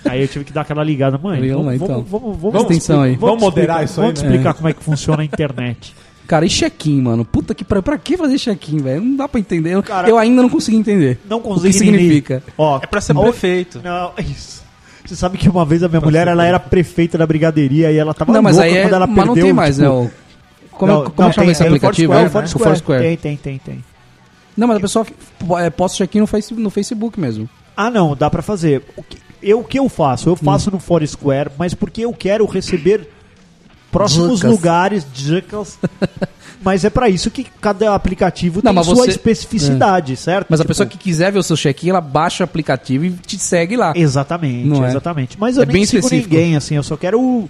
D: aí eu tive que dar aquela ligada, mãe.
C: Legal,
D: vamos,
C: então.
D: vamos, vamos, vamos,
C: Presta atenção aí.
B: Vamos
D: te
B: moderar
D: explicar-
B: isso aí,
D: Vamos te
B: né?
D: explicar como é que funciona a internet.
C: Cara, e check-in, mano? Puta que pra, pra que fazer check-in, velho? Não dá pra entender. Eu, eu ainda não consegui entender.
D: Não
C: O que
D: consegui nem-
C: significa?
D: Ó,
E: É pra ser
D: ó,
E: prefeito.
D: Não, é isso. Você sabe que uma vez a minha mulher, ela era prefeita da brigadeiria e ela tava
C: não, mas
D: louca
C: aí é,
D: quando ela
C: mas
D: perdeu.
C: não tem mais,
D: tipo,
C: né? o- Como, é-
D: Não,
C: como
D: não,
C: chama
D: tem-
C: esse
D: é o
C: aplicativo?
D: Foursquare,
C: É o
D: né?
C: Foursquare.
D: Tem, tem, tem, tem.
C: Não, mas a pessoa é, posta check-in no, face- no Facebook mesmo.
D: Ah, não, dá pra fazer. O que, eu, o que eu
C: Hum.
D: faço? Eu faço no Foursquare, mas porque eu quero receber próximos
C: Dicas.
D: lugares, dicas. mas é pra isso que cada aplicativo
C: Não,
D: tem
C: mas
D: sua
C: você- É.
D: especificidade, certo?
C: Mas a
D: Tipo,
C: pessoa que quiser ver o seu check-in, ela baixa o aplicativo e te segue lá.
D: Exatamente,
C: Não é?
D: exatamente. Mas
C: É
D: eu nem
C: bem
D: sigo
C: específico.
D: ninguém, assim, eu só quero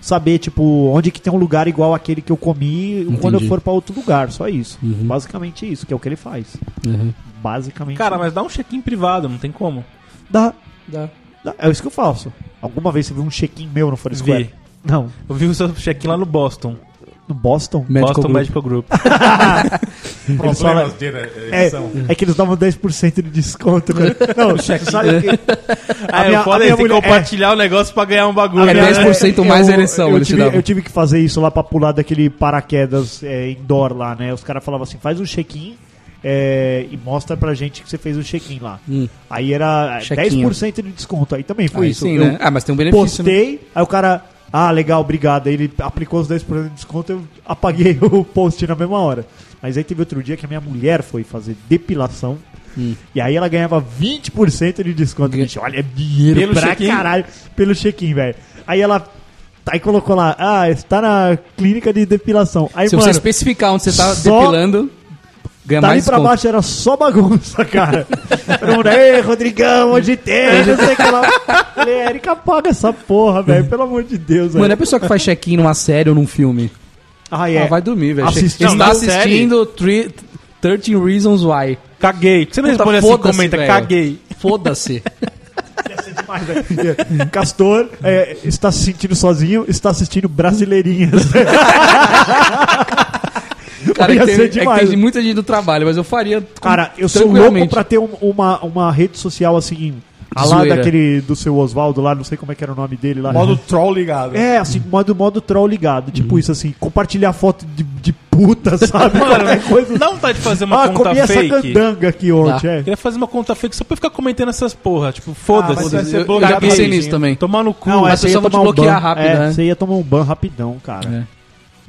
D: saber, tipo, onde que tem um lugar igual aquele que eu comi quando eu
C: Entendi.
D: for pra outro lugar, só isso. Basicamente isso, que é o que ele faz.
C: Uhum.
D: Basicamente.
E: Cara, mas dá um check-in privado, não tem como.
D: dá,
C: Dá.
D: dá- é isso que eu faço. Alguma vez você viu um check-in meu no Foursquare?
E: Vi.
D: Não,
E: Eu vi o seu check-in lá no Boston.
D: no Boston?
C: Medical
E: Boston
C: Group.
E: Medical Group.
D: Eles falam- é, é que eles davam 10% de desconto. né? Não, você sabe que
E: Ah,
D: minha-
E: eu foda
D: a minha
E: tem que
D: mulher-
E: compartilhar o negócio pra ganhar um bagulho.
C: É
E: né?
C: 10% mais
D: eu-
C: ereção
D: eu
C: ele te
D: tive,
C: dava.
D: eu tive que fazer isso lá pra pular daquele paraquedas é, indoor lá, né? Os caras falavam assim, faz um check-in é, e mostra pra gente que você fez o check-in lá. Aí era é,
C: Check-in.
D: 10% de desconto. Aí também foi
C: Aí
D: isso.
C: sim,
D: eu
C: né? Ah, mas tem um benefício. né?
D: postei, aí o cara... Ah, legal, obrigado. Aí ele aplicou os 10% de desconto eu apaguei o post na mesma hora. Mas aí teve outro dia que a minha mulher foi fazer depilação.
C: Hum.
D: E aí ela ganhava 20% de desconto. Bicho, olha, é dinheiro
E: Pelo
D: pra
E: check-in?
D: caralho pelo check-in, velho. Aí ela. Aí colocou lá, ah, está na clínica de depilação. Aí,
C: Se
D: mano,
C: você especificar onde você tá
D: só-
C: depilando, ganha
D: dali
C: mais
D: pra
C: desconto.
D: baixo era só bagunça, cara. Todo mundo, ei, Rodrigão, onde tem? Não sei o que lá. Falei, Érica, apaga essa porra, velho, pelo amor de Deus,
C: Mano, é a
D: velho.
C: pessoa que faz check-in numa série ou num filme.
D: Ah,
C: Ah, vai dormir, velho.
D: Assistindo
C: Está
D: a
E: série?
C: assistindo tri- 13 Reasons Why.
E: Caguei. Você não
C: Puta,
E: responde assim,
C: foda-se,
E: comenta,
C: velho.
E: caguei.
C: Foda-se.
D: Demais, velho. Castor é, está se sentindo sozinho, está assistindo Brasileirinhas.
C: Cara, é
D: Ia
C: que, tem,
D: ser
C: é que
D: demais.
C: tem muita gente do trabalho, mas eu faria. com-
D: Cara, eu sou louco
C: tranquilamente.
D: pra ter um- uma, uma rede social assim, a lá
C: Zoeira.
D: daquele do seu Oswaldo lá, não sei como é que era o nome dele lá.
B: Modo troll ligado.
D: É, assim, modo, modo troll ligado. Tipo
C: Uhum.
D: isso, assim, compartilhar foto de, de puta, sabe? Qualquer coisa.
E: Dá vontade tá de fazer uma
D: Ah,
E: conta
D: comi essa
E: fake.
D: candanga aqui ontem,
C: Tá.
D: é.
E: Queria fazer uma conta fake só pra ficar comentando essas porra. Tipo,
C: Ah,
E: foda-se.
B: vai ser
C: Eu- Eu, já
B: bloqueado
C: pensei
B: rapidinho.
C: nisso também.
E: Tomar no cu.
C: Não, é
E: mas
C: essa aí-
D: é, ia
C: só vou te
D: tomar
C: bloquear
D: ban.
C: rápido,
D: É,
C: né? É,
D: Você ia tomar um ban rapidão, cara.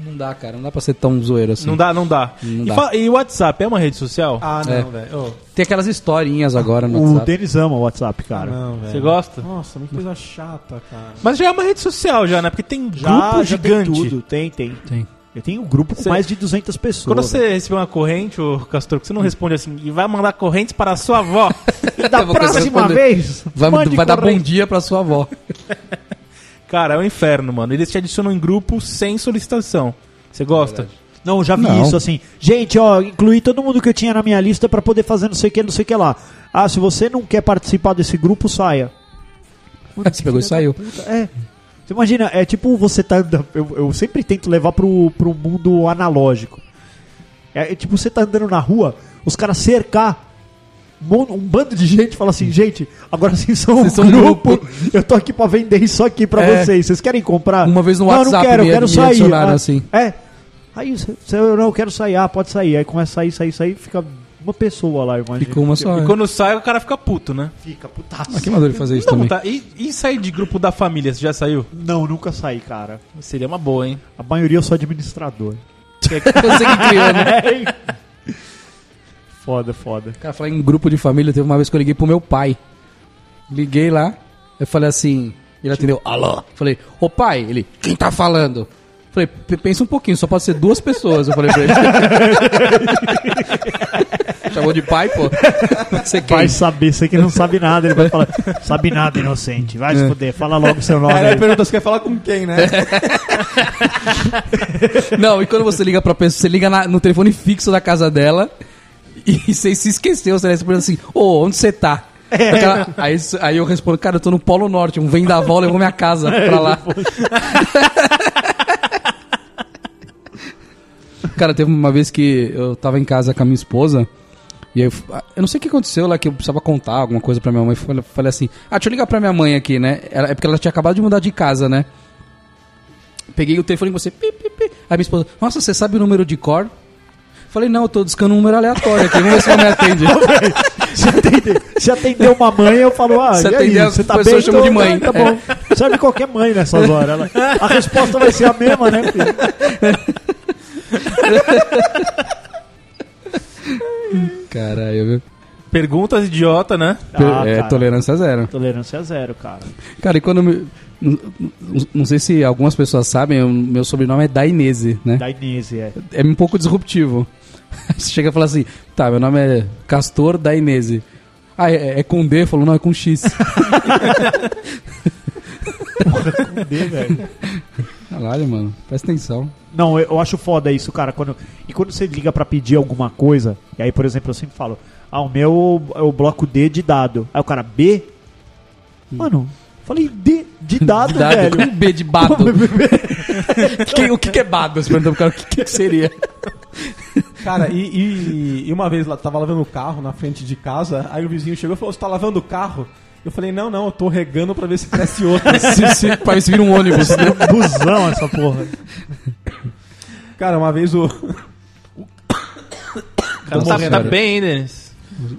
C: Não dá, cara. Não dá pra ser tão zoeiro assim.
E: Não dá, não dá.
C: Não
E: e,
C: dá.
E: fa- e WhatsApp é uma rede social?
B: Ah, não,
C: É.
B: velho. Ô,
C: Tem aquelas historinhas agora no
D: O
C: WhatsApp. Ah,
D: Denis ama o WhatsApp, cara.
B: não, velho.
C: é.
E: Você gosta?
B: Nossa, que coisa chata, cara.
E: Mas já é uma rede social já, né? Porque tem grupo gigante.
D: Tem, tudo. tem, tem.
C: Tem.
D: Eu tenho um grupo com
E: Cê-
D: mais de 200 pessoas.
E: Quando
D: velho.
E: você recebeu uma corrente, ô Castor, que você não responde assim, e vai mandar correntes para a sua avó.
D: Da
C: Eu vou
D: próxima
C: responder.
D: vez,
C: Vai,
D: mande
C: vai dar bom
D: corrente.
C: dia pra sua avó.
E: Cara, é um inferno, mano. Eles te adicionam em grupo sem solicitação. Você gosta?
D: Não, eu já vi
I: Não.
D: isso assim. Gente, ó, incluí todo mundo que eu tinha na minha lista pra poder fazer não sei o que, não sei o que lá. Ah, se você não quer participar desse grupo, saia.
C: Ah, Você pegou e saiu.
D: É. Você imagina, é tipo você tá. andando- Eu, eu sempre tento levar pro, pro mundo analógico. É, é tipo você tá andando na rua, os caras cercar. Um, mon- um bando de gente e falar assim, gente, agora vocês são um
C: Vocês são um
D: grupo,
C: grupo.
D: eu tô aqui pra vender isso aqui pra
C: É.
D: vocês, vocês querem comprar?
C: Uma vez
D: Ah.
C: no
D: não,
C: WhatsApp
D: não quero,
C: me-
D: eu quero
C: me
D: sair.
C: adicionaram assim.
D: É, aí você, você, eu não eu quero sair, ah, pode sair, aí começa a sair, sair, sair, fica uma pessoa lá, imagina.
C: Ficou uma só.
E: E
C: né?
E: quando sai, o cara fica puto, né?
D: Fica, putaço.
C: Ah, que maneiro fazer isso
E: Não,
C: também.
E: tá. E, e sair de grupo da família? Você já saiu?
D: Não, nunca saí, cara.
E: Seria uma boa, hein?
D: A maioria eu sou administrador.
C: Você que criou,
D: É,
C: né?
D: foda, foda.
C: Cara, falar em grupo de família, teve uma vez que eu liguei pro meu pai. Liguei lá, eu falei assim, ele atendeu, alô? Falei, ô pai, ele, quem tá falando? Falei, "P- pensa um pouquinho, só pode ser duas pessoas, eu falei pra ele. Chamou de pai, pô. Você quem?
D: Vai saber, você que não sabe nada, ele vai falar, sabe nada, inocente, vai
C: É.
D: se fuder, fala logo seu nome
B: Aí
D: aí.
B: ele pergunta, você quer falar com quem, né?
C: Não, e quando você liga pra pessoa, você liga na- no telefone fixo da casa dela e você se esqueceu, você responde assim, ô, onde você tá? Aquela- aí, s- aí eu respondo, cara, eu tô no Polo Norte, um vendaval levou minha casa pra lá. cara, teve uma vez que eu tava em casa com a minha esposa e aí eu, f- eu não sei o que aconteceu lá, que eu precisava contar alguma coisa pra minha mãe. Falei, falei assim, ah, deixa eu ligar pra minha mãe aqui, né? Ela- é porque ela tinha acabado de mudar de casa, né? Peguei o telefone e você. Pi, pi, pi. Aí minha esposa, nossa, você sabe o número de cor? Falei, não, eu tô discando um número aleatório aqui, vamos ver se ela me atende.
D: Se atender, se atender uma mãe, eu falo, ah,
C: Se
D: e aí,
C: atender a
D: você tá
C: pessoa,
D: bem?
C: eu chamo de
D: Tô,
C: mãe. É.
D: Tá bom. Serve qualquer mãe nessas horas. ela- a resposta vai ser a mesma, né, filho?
C: Caralho, viu?
E: Perguntas idiota, né?
D: Ah,
C: é,
D: cara,
C: tolerância zero.
D: Tolerância é zero, cara.
C: Cara, e quando eu me- não- Não, não sei se algumas pessoas sabem, o meu sobrenome é Dainese, né?
D: Da Inês, é.
C: É um pouco disruptivo. Você chega e fala assim, tá, meu nome é Castor Dainese. Ah, é, é com D? Falou, não, é com X.
D: Cadê, velho?
C: Caralho, mano, presta atenção.
D: Não, eu, eu acho foda isso, cara. Quando, e quando você liga pra pedir alguma coisa, e aí, por exemplo, eu sempre falo, ah, o meu é o bloco D de dado. Aí o cara, B? Mano, falei D de dado,
C: Dado,
D: velho.
C: com B de bado. Que- o que, que é bado? Você perguntou pro cara o que, que seria.
B: Cara, e, e- e uma vez lá, tava lavando o carro na frente de casa, aí o vizinho chegou e falou: Você tá lavando o carro? Eu falei: Não, não, eu tô regando pra ver se cresce outro.
C: se, se, pra ver se vira um ônibus. né?
D: Busão essa porra.
B: Cara, uma vez o,
E: Cara, tá,
B: morrendo,
E: tá
B: velho.
E: bem, hein, Denis?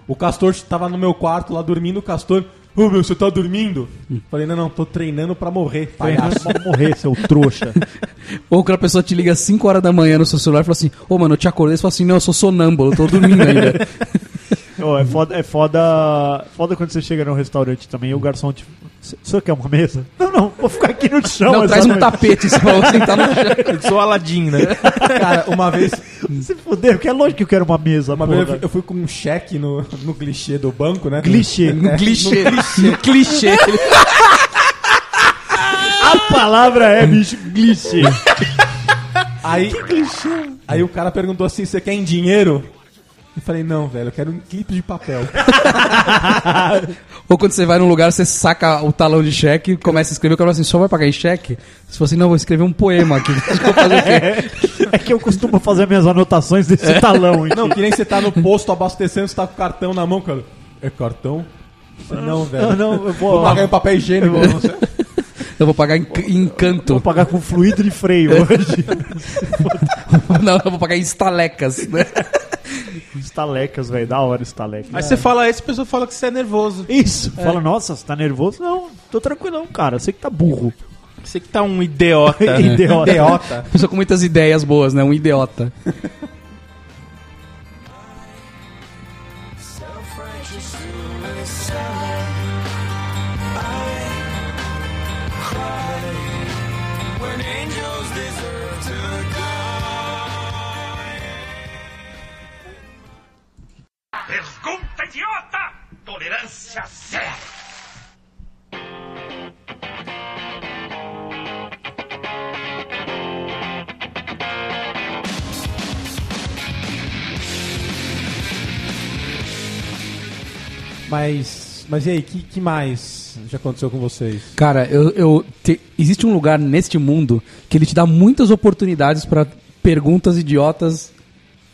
B: o Castor tava no meu quarto lá dormindo, o Castor. Ô meu, você tá dormindo? Falei, não, não, tô treinando pra morrer. palhaço."
D: Vai morrer, seu trouxa.
C: Ou quando a pessoa te liga às 5 horas da manhã no seu celular e fala assim: Ô mano, eu te acordei. Você fala assim: Não, eu sou sonâmbulo, eu tô dormindo ainda.
D: Ô, é foda, é foda, foda quando você chega num restaurante também e o garçom te. "C- O senhor quer uma mesa? Não, não, vou ficar aqui no chão.
C: Não, traz um
D: exatamente."
C: tapete só pra eu sentar no chão.
E: Eu sou Aladim, né?
B: Cara, uma vez,
D: Se fuder, porque é lógico que eu quero uma mesa.
B: uma
D: porra.
B: vez eu, fui, eu fui com um cheque no, no clichê do banco, né?
D: Clichê.
C: No clichê.
B: É
C: No clichê.
D: A palavra é, bicho, clichê.
B: Aí, aí o cara perguntou assim: Você quer em dinheiro? Eu falei: Não, velho, eu quero um clipe de papel.
C: Ou quando você vai num lugar, você saca o talão de cheque, começa a escrever, o cara fala assim: Só vai pagar em cheque? Você fala assim: Não, vou escrever um poema aqui. Vou fazer o quê?
D: É que eu costumo fazer minhas anotações desse talão. Hein?
B: Não, que nem você tá no posto abastecendo, você tá com o cartão na mão, cara. É cartão? Eu falei, Não, velho.
D: não, eu
B: Vou
D: vou,
B: pagar em papel higiênico.
C: Eu vou pagar em, em canto.
D: vou pagar com fluido de freio hoje.
C: Não, eu vou pagar em estalecas. né?
D: Estalecas, velho, da hora estalecas.
E: Aí você fala isso, a pessoa fala que você é nervoso.
D: Isso. Fala, nossa, você tá nervoso? Não, tô tranquilão, cara. Você que tá burro.
E: Você que tá um idiota.
D: Idiota.
B: Idiota.
C: Pessoa com muitas ideias boas, né? Um idiota.
H: Pergunta idiota! Tolerância zero!
B: Mas, mas e aí, que, que mais já aconteceu com vocês?
C: Cara, eu, eu te- existe um lugar neste mundo que ele te dá muitas oportunidades pra perguntas idiotas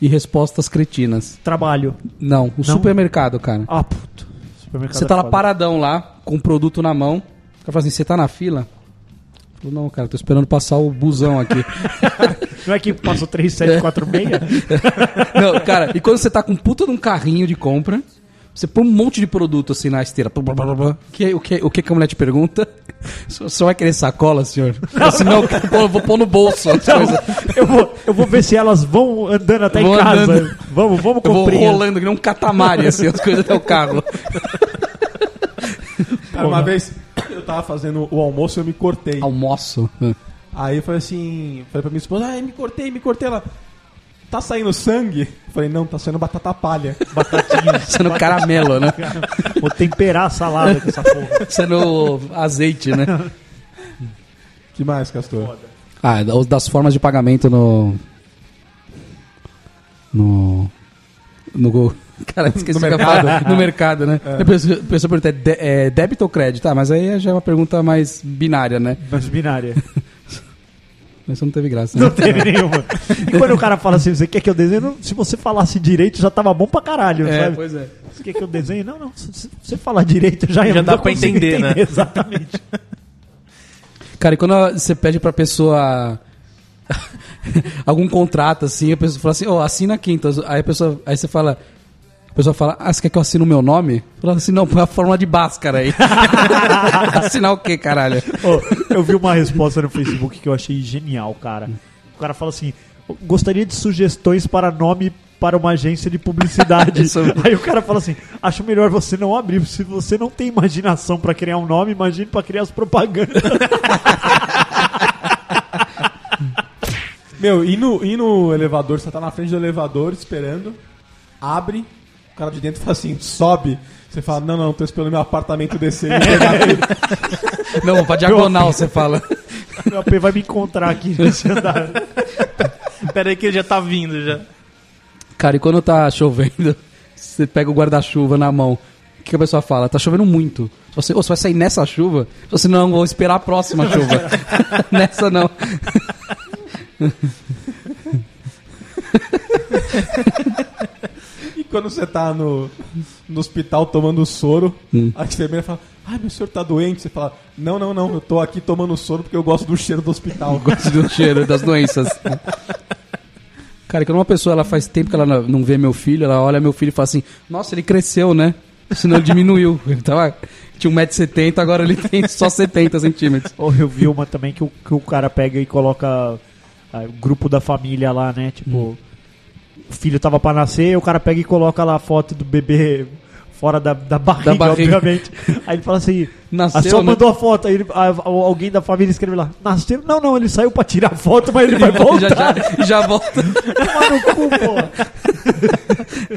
C: e respostas cretinas.
D: Trabalho.
C: Não, o supermercado, cara.
D: Ah, puto. Supermercado
C: Você tá
D: é
C: lá
D: foda.
C: paradão lá, com o produto na mão. O cara fala assim, você tá na fila? Eu falo, não, cara, tô esperando passar o busão aqui.
D: Não é que passou 3746?
C: não, cara, e quando você tá com um puta de um carrinho de compra, você põe um monte de produto assim na esteira. Blá, blá, blá, blá. O que, o, que, o que que a mulher te pergunta? Você só vai querer sacola, senhor? Não, assim, não, eu quero pôr- eu vou pôr no bolso as coisas.
D: eu, vou, eu vou ver se elas vão andando até
C: Vou
D: em casa.
C: andando.
D: Vamos, vamos
C: Eu vou
D: comprinha.
C: rolando que nem um catamaré, assim, as coisas até o carro.
B: Cara, uma vez eu tava fazendo o almoço e eu me cortei.
C: Almoço. né?
B: Aí eu falei assim, falei pra minha esposa, ai, me cortei, me cortei. Ela, tá saindo sangue? Eu falei, não, tá saindo batata palha.
C: Sendo caramelo, né?
D: Vou temperar a salada com essa porra.
C: Sendo azeite, né?
B: que mais, Castor?
C: Ah, da- das formas de pagamento no. No. No Gol. Cara, esqueci no, mercado. no mercado, né? A pessoa, a pessoa pergunta: é, dé- é débito ou crédito? Tá, mas aí já é uma pergunta mais binária, né?
D: Mas binária.
C: Mas isso não teve graça.
D: Não
C: Né?
D: teve nenhuma. E quando o cara fala assim, você quer que eu desenhe? Não, se você falasse direito, já tava bom pra caralho,
C: É,
D: sabe?
C: pois é.
D: Você quer que eu desenhe? Não, não. Se se você falar direito, já,
E: Já
D: eu
E: dá
D: não
E: pra
D: consigo
E: entender, né?
D: Exatamente.
C: Cara, e quando a- você pede pra pessoa. algum contrato, assim, a pessoa fala assim: ó, assina aqui. Então, aí a pessoa. Aí você fala. A pessoa fala, ah, você quer que eu assine o meu nome? Fala assim, não, põe a fórmula de Bhaskara aí. Assinar o quê, caralho?
D: Ô, eu vi uma resposta no Facebook que eu achei genial, cara. O cara fala assim: gostaria de sugestões para nome para uma agência de publicidade.
E: é
C: Isso mesmo.
D: Aí o cara fala assim: acho melhor você não abrir. Se você não tem imaginação para criar um nome, imagine para criar as propagandas.
B: Meu, e no, e no elevador, você tá na frente do elevador esperando, abre, o cara de dentro fala assim, sobe. Você fala, não, não, tô esperando meu apartamento descer. e pegar tudo."
C: Não, pra diagonal você fala.
D: Meu AP vai me encontrar aqui nesse andar.
E: Pera aí que ele já tá vindo já.
C: Cara, e quando tá chovendo, você pega o guarda-chuva na mão. O que a pessoa fala? Tá chovendo muito. Você, "Ô, você vai sair nessa chuva? Você assim, não, vou esperar a próxima chuva. nessa não.
B: E quando você tá no, no hospital tomando soro,
C: Hum.
B: a enfermeira fala, ai, meu senhor tá doente. Você fala, não, não, não, eu tô aqui tomando soro porque eu gosto do cheiro do hospital.
C: Gosto do cheiro das doenças. Cara, e quando uma pessoa ela faz tempo que ela não- não vê meu filho, ela olha meu filho e fala assim: Nossa, ele cresceu, né? Senão ele diminuiu. Ele tava, tinha 1,70m, agora ele tem só 70 centímetros.
D: Ou eu vi uma também que o, que o cara pega e coloca ah, o grupo da família lá, né? Tipo,
C: Hum.
D: o filho tava pra nascer, o cara pega e coloca lá a foto do bebê fora da, da, barriga,
C: Da barriga.
D: obviamente. Aí ele fala assim,
C: Nasceu,
D: a senhora
C: né?
D: mandou a foto, aí ele- a- a- alguém da família escreveu lá, nasceu? Não, não, ele saiu pra tirar a foto, mas ele vai
C: Já,
D: voltar.
C: já, já volta.
D: Tomar no cu,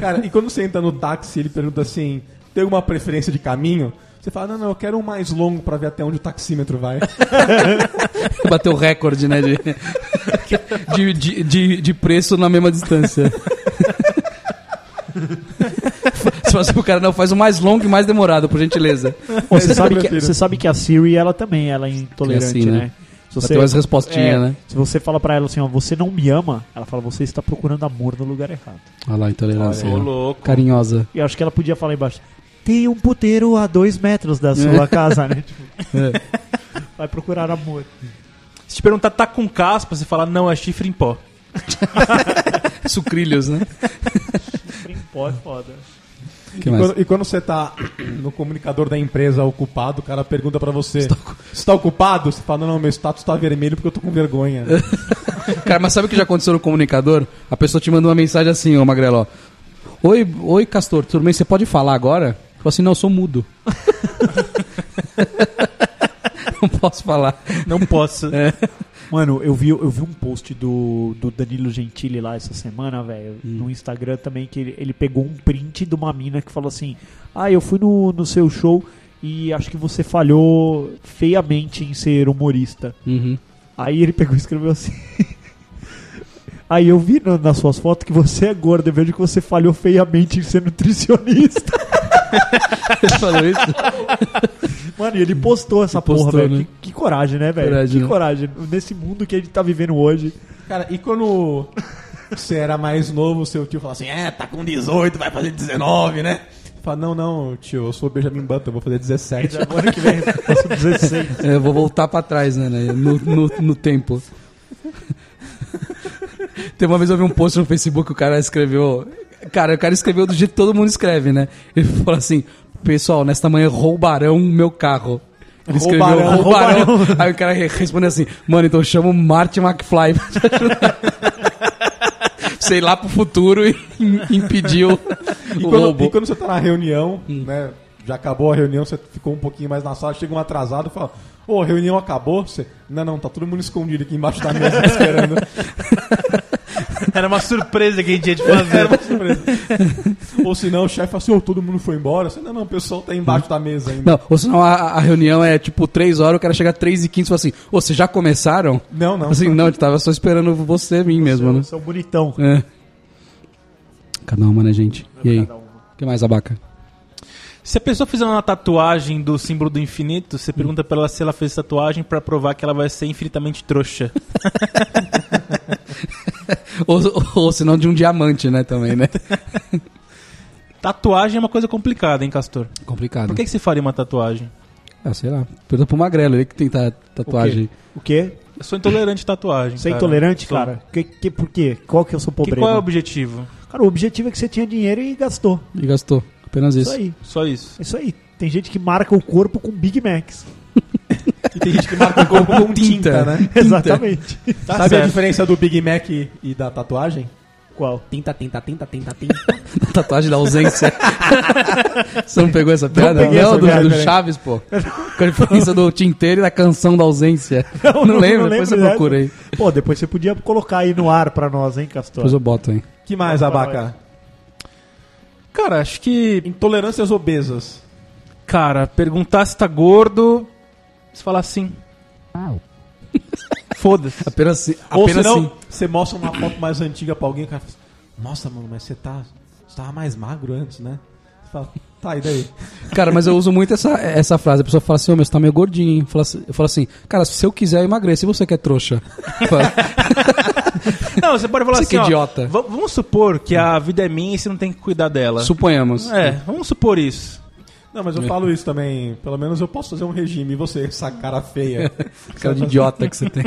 D: pô.
B: Cara, e quando você entra no táxi, ele pergunta assim: tem alguma preferência de caminho? Você fala, não, não, eu quero um mais longo pra ver até onde o taxímetro vai.
C: Bateu o recorde, né? De, de, de, de- de preço na mesma distância. Se você- o cara não faz o mais longo e mais demorado, por gentileza.
D: Pô, Você sabe, que, você sabe que a Siri, ela também, ela é intolerante,
C: É assim, né?
D: né? Se
C: Você tem umas respostinhas,
D: é,
C: né?
D: Se você fala pra ela assim, ó, você não me ama, ela fala, você está procurando amor no lugar errado.
C: Olha lá, intolerância.
E: Ô, louco.
C: Carinhosa.
D: E eu acho que ela podia falar embaixo. Tem um puteiro a dois metros da sua casa, né? Tipo,
C: É.
D: vai procurar amor.
E: Se te perguntar, tá com caspa, você fala, não, é chifre em pó.
C: Sucrilhos, né?
D: Pó é foda.
C: que
B: E
C: mais?
B: quando, e quando você tá no comunicador da empresa ocupado, o cara pergunta pra você: está ocupado? Você fala, não, não, meu status tá vermelho porque eu tô com vergonha.
C: Cara, mas sabe o que já aconteceu no comunicador? A pessoa te manda uma mensagem assim, ô Magrelo. ó. Oi, oi, Castor, tudo bem? Você pode falar agora? Eu falo assim, não, eu sou mudo. não posso falar.
E: Não posso.
D: Mano, eu vi, eu vi um post do, do Danilo Gentili lá essa semana, velho, no Instagram também, que ele, ele pegou um print de uma mina que falou assim: Ah, eu fui no, no seu show e acho que você falhou feiamente em ser humorista.
C: Uhum.
D: Aí ele pegou e escreveu assim. Aí eu vi na- nas suas fotos que você é gordo, eu vejo que você falhou feiamente em ser nutricionista.
C: Ele falou isso?
D: Mano, e ele postou essa
C: postou,
D: porra, velho.
C: né?
D: Que, que coragem, né, velho?
C: Coragem,
D: Que
C: né?
D: coragem. Nesse mundo que a gente tá vivendo hoje.
B: Cara, e quando você era mais novo, seu tio falava assim: é, tá com 18, vai fazer 19, né? Você Fala, não, não, tio, eu sou o Benjamin Button, eu vou fazer 17.
D: Agora que vem, faço 16.
C: É, eu vou voltar pra trás, né? né? No, no, no tempo. Tem uma vez eu vi um post no Facebook, o cara escreveu. Cara, o cara escreveu do jeito que todo mundo escreve, né? Ele falou assim: Pessoal, nesta manhã roubarão meu carro. Ele escreveu
D: Roubarão,
C: roubarão. Aí o cara re- respondeu assim: Mano, então chama o Marty McFly. pra te ajudar." Sei lá pro futuro e impediu
B: E
C: o
B: quando,
C: roubo.
B: e quando você tá na reunião, né? Já acabou a reunião, você ficou um pouquinho mais na sala, chega um atrasado e fala: Ô, a reunião acabou? Você, não, não, tá todo mundo escondido aqui embaixo da mesa esperando.
E: Era uma surpresa que a gente tinha de fazer.
B: Ou senão o chefe fala assim: Ô, todo mundo foi embora? Você, não, não, o pessoal tá embaixo da mesa ainda.
C: Não, ou senão a, a reunião é tipo 3 horas, o cara chega 3 e 15 e fala assim: Ô, vocês já começaram?
B: Não, não.
C: Assim, não, a gente tava só esperando você mim mesmo, né?
D: Eu sou bonitão.
C: É. Cada uma, né, gente? E aí?
D: Cada um.
C: O que mais, abaca?
E: Se a pessoa fizer uma tatuagem do símbolo do infinito, você pergunta pra ela se ela fez tatuagem pra provar que ela vai ser infinitamente trouxa.
C: Ou, ou, ou senão de um diamante, né, também, né?
E: Tatuagem é uma coisa complicada, hein, Castor?
C: Complicado.
E: Por que, que você faria uma tatuagem?
C: Ah, sei lá. Pergunta pro Magrelo, ele que tem ta- tatuagem.
D: O quê?
E: Eu sou intolerante à tatuagem.
D: Você é
E: cara.
D: intolerante,
E: Sou.
D: cara? Que, que, por quê? Qual que é o seu
E: Que,
D: problema?
E: qual é o objetivo?
D: Cara, o objetivo é que você tinha dinheiro e gastou.
C: E gastou. Apenas
D: Isso
C: isso.
D: aí.
E: Só isso.
D: Isso aí. Tem gente que marca o corpo com Big Macs.
B: E tem gente que marca o corpo com tinta, né?
D: Exatamente.
E: Tá
B: Sabe a
E: certo.
B: diferença do Big Mac e e da tatuagem?
D: Qual?
J: Tinta, tinta, tinta, tinta, tinta.
C: Tatuagem da ausência. Você não pegou essa piada?
D: peguei essa
C: do,
D: piada,
C: do
D: né?
C: Chaves, pô. Com a diferença do tinteiro e da canção da ausência. Não, lembro, depois você
D: lembro dessa.
C: procura aí.
D: Pô, depois você podia colocar aí no ar pra nós, hein, Castor?
C: Depois eu boto aí.
B: Que mais, Abaca?
E: Cara, acho que.
B: Intolerâncias obesas.
E: Cara, perguntar se tá gordo. Você falar sim. Foda-se.
C: Apenas, si-
B: Ou
C: apenas
B: senão,
C: sim.
B: você mostra uma foto mais antiga pra alguém e o cara fala assim, Nossa, mano, mas você tá. Você tava mais magro antes, né? Você fala, tá, e daí?
C: Cara, mas eu uso muito essa, essa frase. A pessoa fala assim, ô, meu, você tá meio gordinho, hein? Fala assim- Eu falo assim, cara, se eu quiser, eu emagreço. E você que é trouxa? Fala,
E: Não, você pode falar
C: Você
E: assim.
C: que é
E: ó,
C: idiota.
E: va- vamos supor que a vida é minha e você não tem que cuidar dela.
C: Suponhamos.
E: É, vamos supor isso.
B: Não, mas eu falo isso também. Pelo menos eu posso fazer um regime. E você, essa cara feia? assim,
C: Cara de idiota que você tem.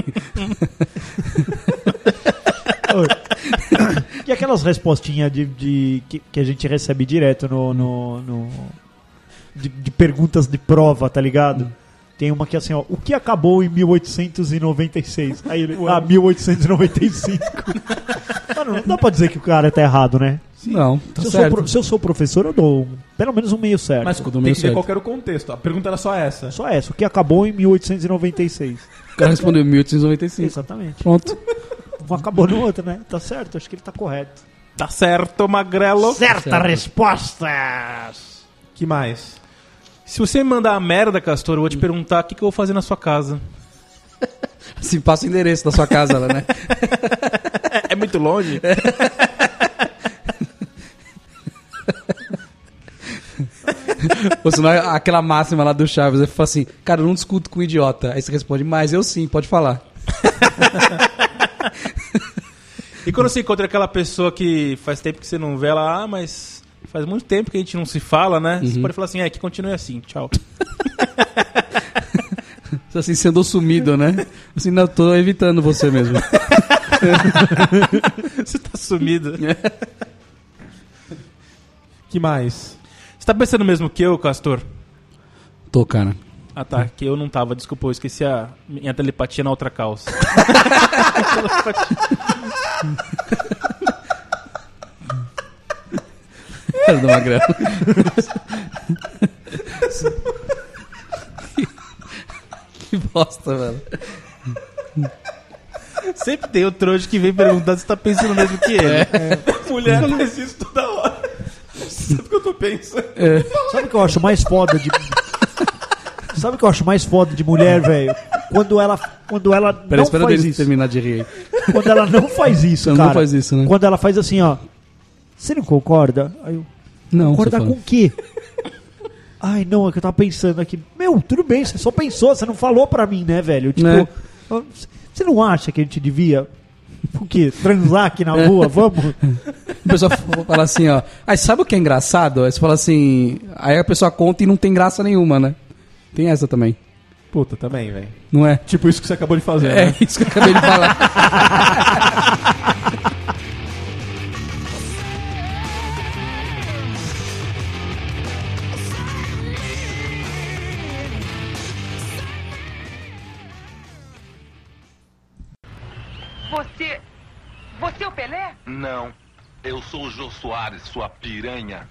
D: E aquelas respostinhas de, de- que, que a gente recebe direto no. no- no- de, de perguntas de prova, tá ligado? Tem uma que é assim, ó, o que acabou em 1896? Aí ele, ah, 1895. Mano, não dá pra dizer que o cara tá errado, né?
C: Não, tá
D: Se eu, sou
C: certo.
D: pro- se eu sou professor, eu dou um- pelo menos um meio certo.
B: Mas
C: Tudo
B: tem
C: meio
B: que ver
C: certo.
B: qual que era o contexto. A pergunta era só essa.
D: Só essa, o que acabou em 1896.
B: é.
C: O cara respondeu 1895.
D: Exatamente.
C: Pronto.
D: Um acabou no outro, né? Tá certo, acho que ele tá correto.
E: Tá certo, magrelo.
D: Certa resposta!
B: Que mais?
E: Se você me mandar a merda, Castor, eu vou te perguntar o que, que eu vou fazer na sua casa.
C: Se passa o endereço da sua casa lá, né?
E: É, muito longe?
C: Ou senão aquela máxima lá do Chaves, ele fala assim, cara, eu não discuto com idiota. Aí você responde, mas eu sim, pode falar.
E: E quando você encontra aquela pessoa que faz tempo que você não vê ela, ah, mas faz muito tempo que a gente não se fala, né? Você pode falar assim, é, que continue assim, tchau.
C: Assim, você andou sumido, né? Assim, não, tô evitando você mesmo.
E: Você tá sumido.
B: Que mais?
E: Você tá pensando mesmo que eu, Castor?
C: Tô, cara.
E: Ah tá, que eu não tava, desculpa, eu esqueci a minha telepatia na outra calça.
C: Cara do Magrão. que bosta, velho.
E: Sempre tem o trouxa que vem perguntar se tá pensando mesmo que ele. Mulher faz isso toda hora.
B: Sabe o que eu tô pensando?
D: Sabe o que eu acho mais foda de. Sabe o que eu acho mais foda de mulher, velho? Quando ela. Quando ela
C: Pera,
D: não
C: espera o
D: faz
C: Denis
D: isso.
C: terminar de rir aí.
D: Quando ela não faz isso,
C: Ela não
D: cara.
C: faz isso, né?
D: Quando ela faz assim, ó. Você não concorda? Aí eu.
C: Não,
D: Concorda
C: você
D: com
C: fala.
D: o quê? Ai, não, é que eu tava pensando aqui. Meu, tudo bem, você só pensou, você não falou pra mim, né, velho? Tipo,
C: Né?
D: eu- você não acha que a gente devia. O quê? Transar aqui na rua? Vamos?
C: O pessoal f- fala assim, ó. Aí sabe o que é engraçado? Aí você fala assim. Aí a pessoa conta e não tem graça nenhuma, né? Tem essa também,
B: Puta, também, velho.
C: não é?
B: Tipo isso que você acabou de fazer,
C: É
B: né?
C: isso que eu acabei de falar.
F: Você. Você é o Pelé?
G: Não, eu sou o Jô Soares, sua piranha.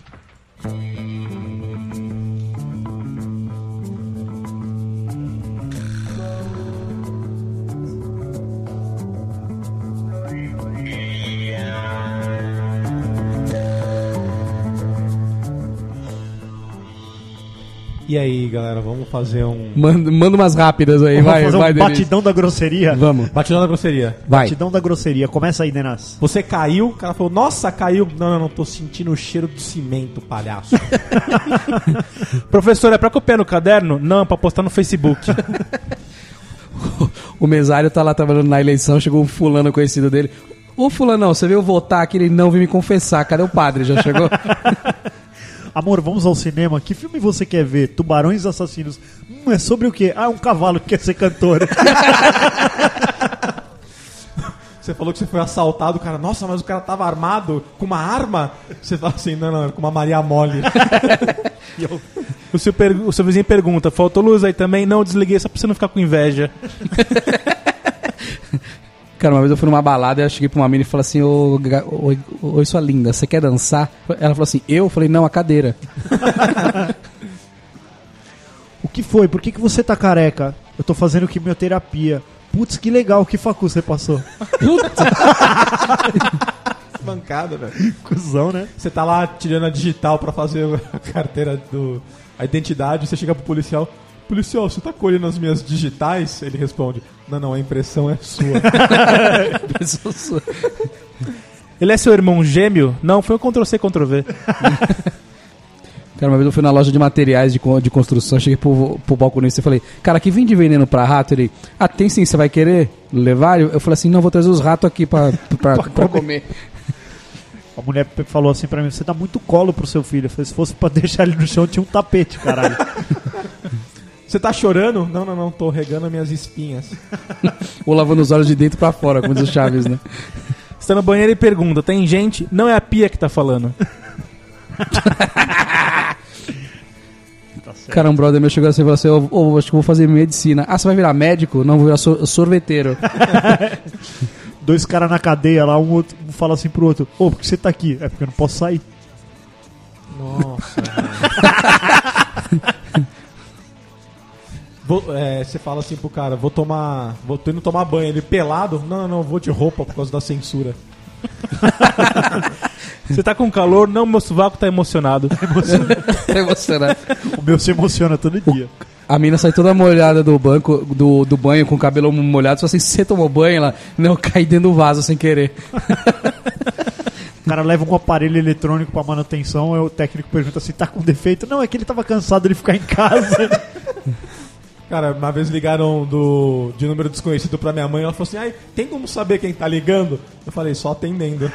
B: E aí, galera, vamos fazer um.
C: Manda, manda umas rápidas aí,
D: Vamos
C: vai,
D: fazer
C: vai,
D: um
C: Denis.
D: batidão da grosseria?
C: Vamos,
B: Batidão da grosseria.
C: vai.
D: Batidão da grosseria. Começa aí, Denas.
B: Você caiu, o cara falou, nossa, caiu. Não, não, não, tô sentindo o cheiro de cimento, palhaço.
E: Professor, é pra copiar no caderno? Não, é pra postar no Facebook.
C: O mesário tá lá trabalhando na eleição, chegou um fulano conhecido dele. Ô fulanão, você veio votar aqui, ele não veio me confessar. Cadê o padre? Já chegou?
D: Amor, vamos ao cinema. Que filme você quer ver? Tubarões Assassinos. Hum, é sobre o quê? Ah, um cavalo que quer ser cantor.
B: você falou que você foi assaltado, cara, nossa, mas o cara tava armado com uma arma? Você fala assim, não, não, era com uma Maria Mole.
E: o, seu per- o seu vizinho pergunta, faltou luz aí também? Não, desliguei só pra você não ficar com inveja.
C: Cara, uma vez eu fui numa balada e eu cheguei pra uma mina e falei assim: Ô, ga- ô, ô, ô, sua linda, você quer dançar? Ela falou assim: Eu? Eu falei: Não, a cadeira.
D: o que foi? Por que, que você tá careca? Eu tô fazendo quimioterapia. Putz, que legal, que facu você passou.
B: Bancada, velho.
D: Cusão, né?
B: Você tá lá tirando a digital pra fazer a carteira do. a identidade, você chega pro policial. Policial, você tá colhendo as minhas digitais? Ele responde: Não, não, a impressão é sua.
C: Pessoa sua.
E: Ele é seu irmão gêmeo? Não, foi um o Ctrl-C, Ctrl-V.
C: Cara, uma vez eu fui na loja de materiais de, con- de construção, cheguei pro, pro balconista e falei: Cara, que vende veneno pra rato? Ele: Ah, tem sim, você vai querer levar? Eu eu falei assim: Não, vou trazer os ratos aqui pra, pra, pra comer.
D: A mulher pe- falou assim pra mim, você dá muito colo pro seu filho. Eu falei, se fosse pra deixar ele no chão, tinha um tapete, caralho.
B: Você tá chorando? Não, não, não, tô regando minhas espinhas.
C: Ou lavando os olhos de dentro pra fora, como diz o Chaves, né?
E: Você tá no banheiro e pergunta, tem gente? Não é a pia que tá falando.
C: Cara, um brother meu chegou assim e falou assim: Ô, ô, acho que eu vou fazer medicina. Ah, você vai virar médico? Não, vou virar sor- sorveteiro.
D: Dois caras na cadeia lá, um, outro, um fala assim pro outro, ô, por que você tá aqui? É porque eu não posso sair.
B: Nossa. Vou- é, você fala assim pro cara, vou tomar. Vou tô indo tomar banho, ele pelado? Não, não, não, vou de roupa por causa da censura.
E: Você tá com calor? Não, meu sovaco tá emocionado.
C: é você, né?
D: O meu se emociona todo dia.
C: A mina sai toda molhada do banco, do, do banho, com o cabelo molhado. Só assim, você tomou banho lá? Não, eu caí dentro do vaso sem querer.
D: O cara leva um aparelho eletrônico pra manutenção, aí o técnico pergunta se tá com defeito. Não, é que ele tava cansado de ficar em casa.
B: Cara, uma vez ligaram do, de um número desconhecido pra minha mãe, ela falou assim: Ai, tem como saber quem tá ligando? Eu falei, só atendendo.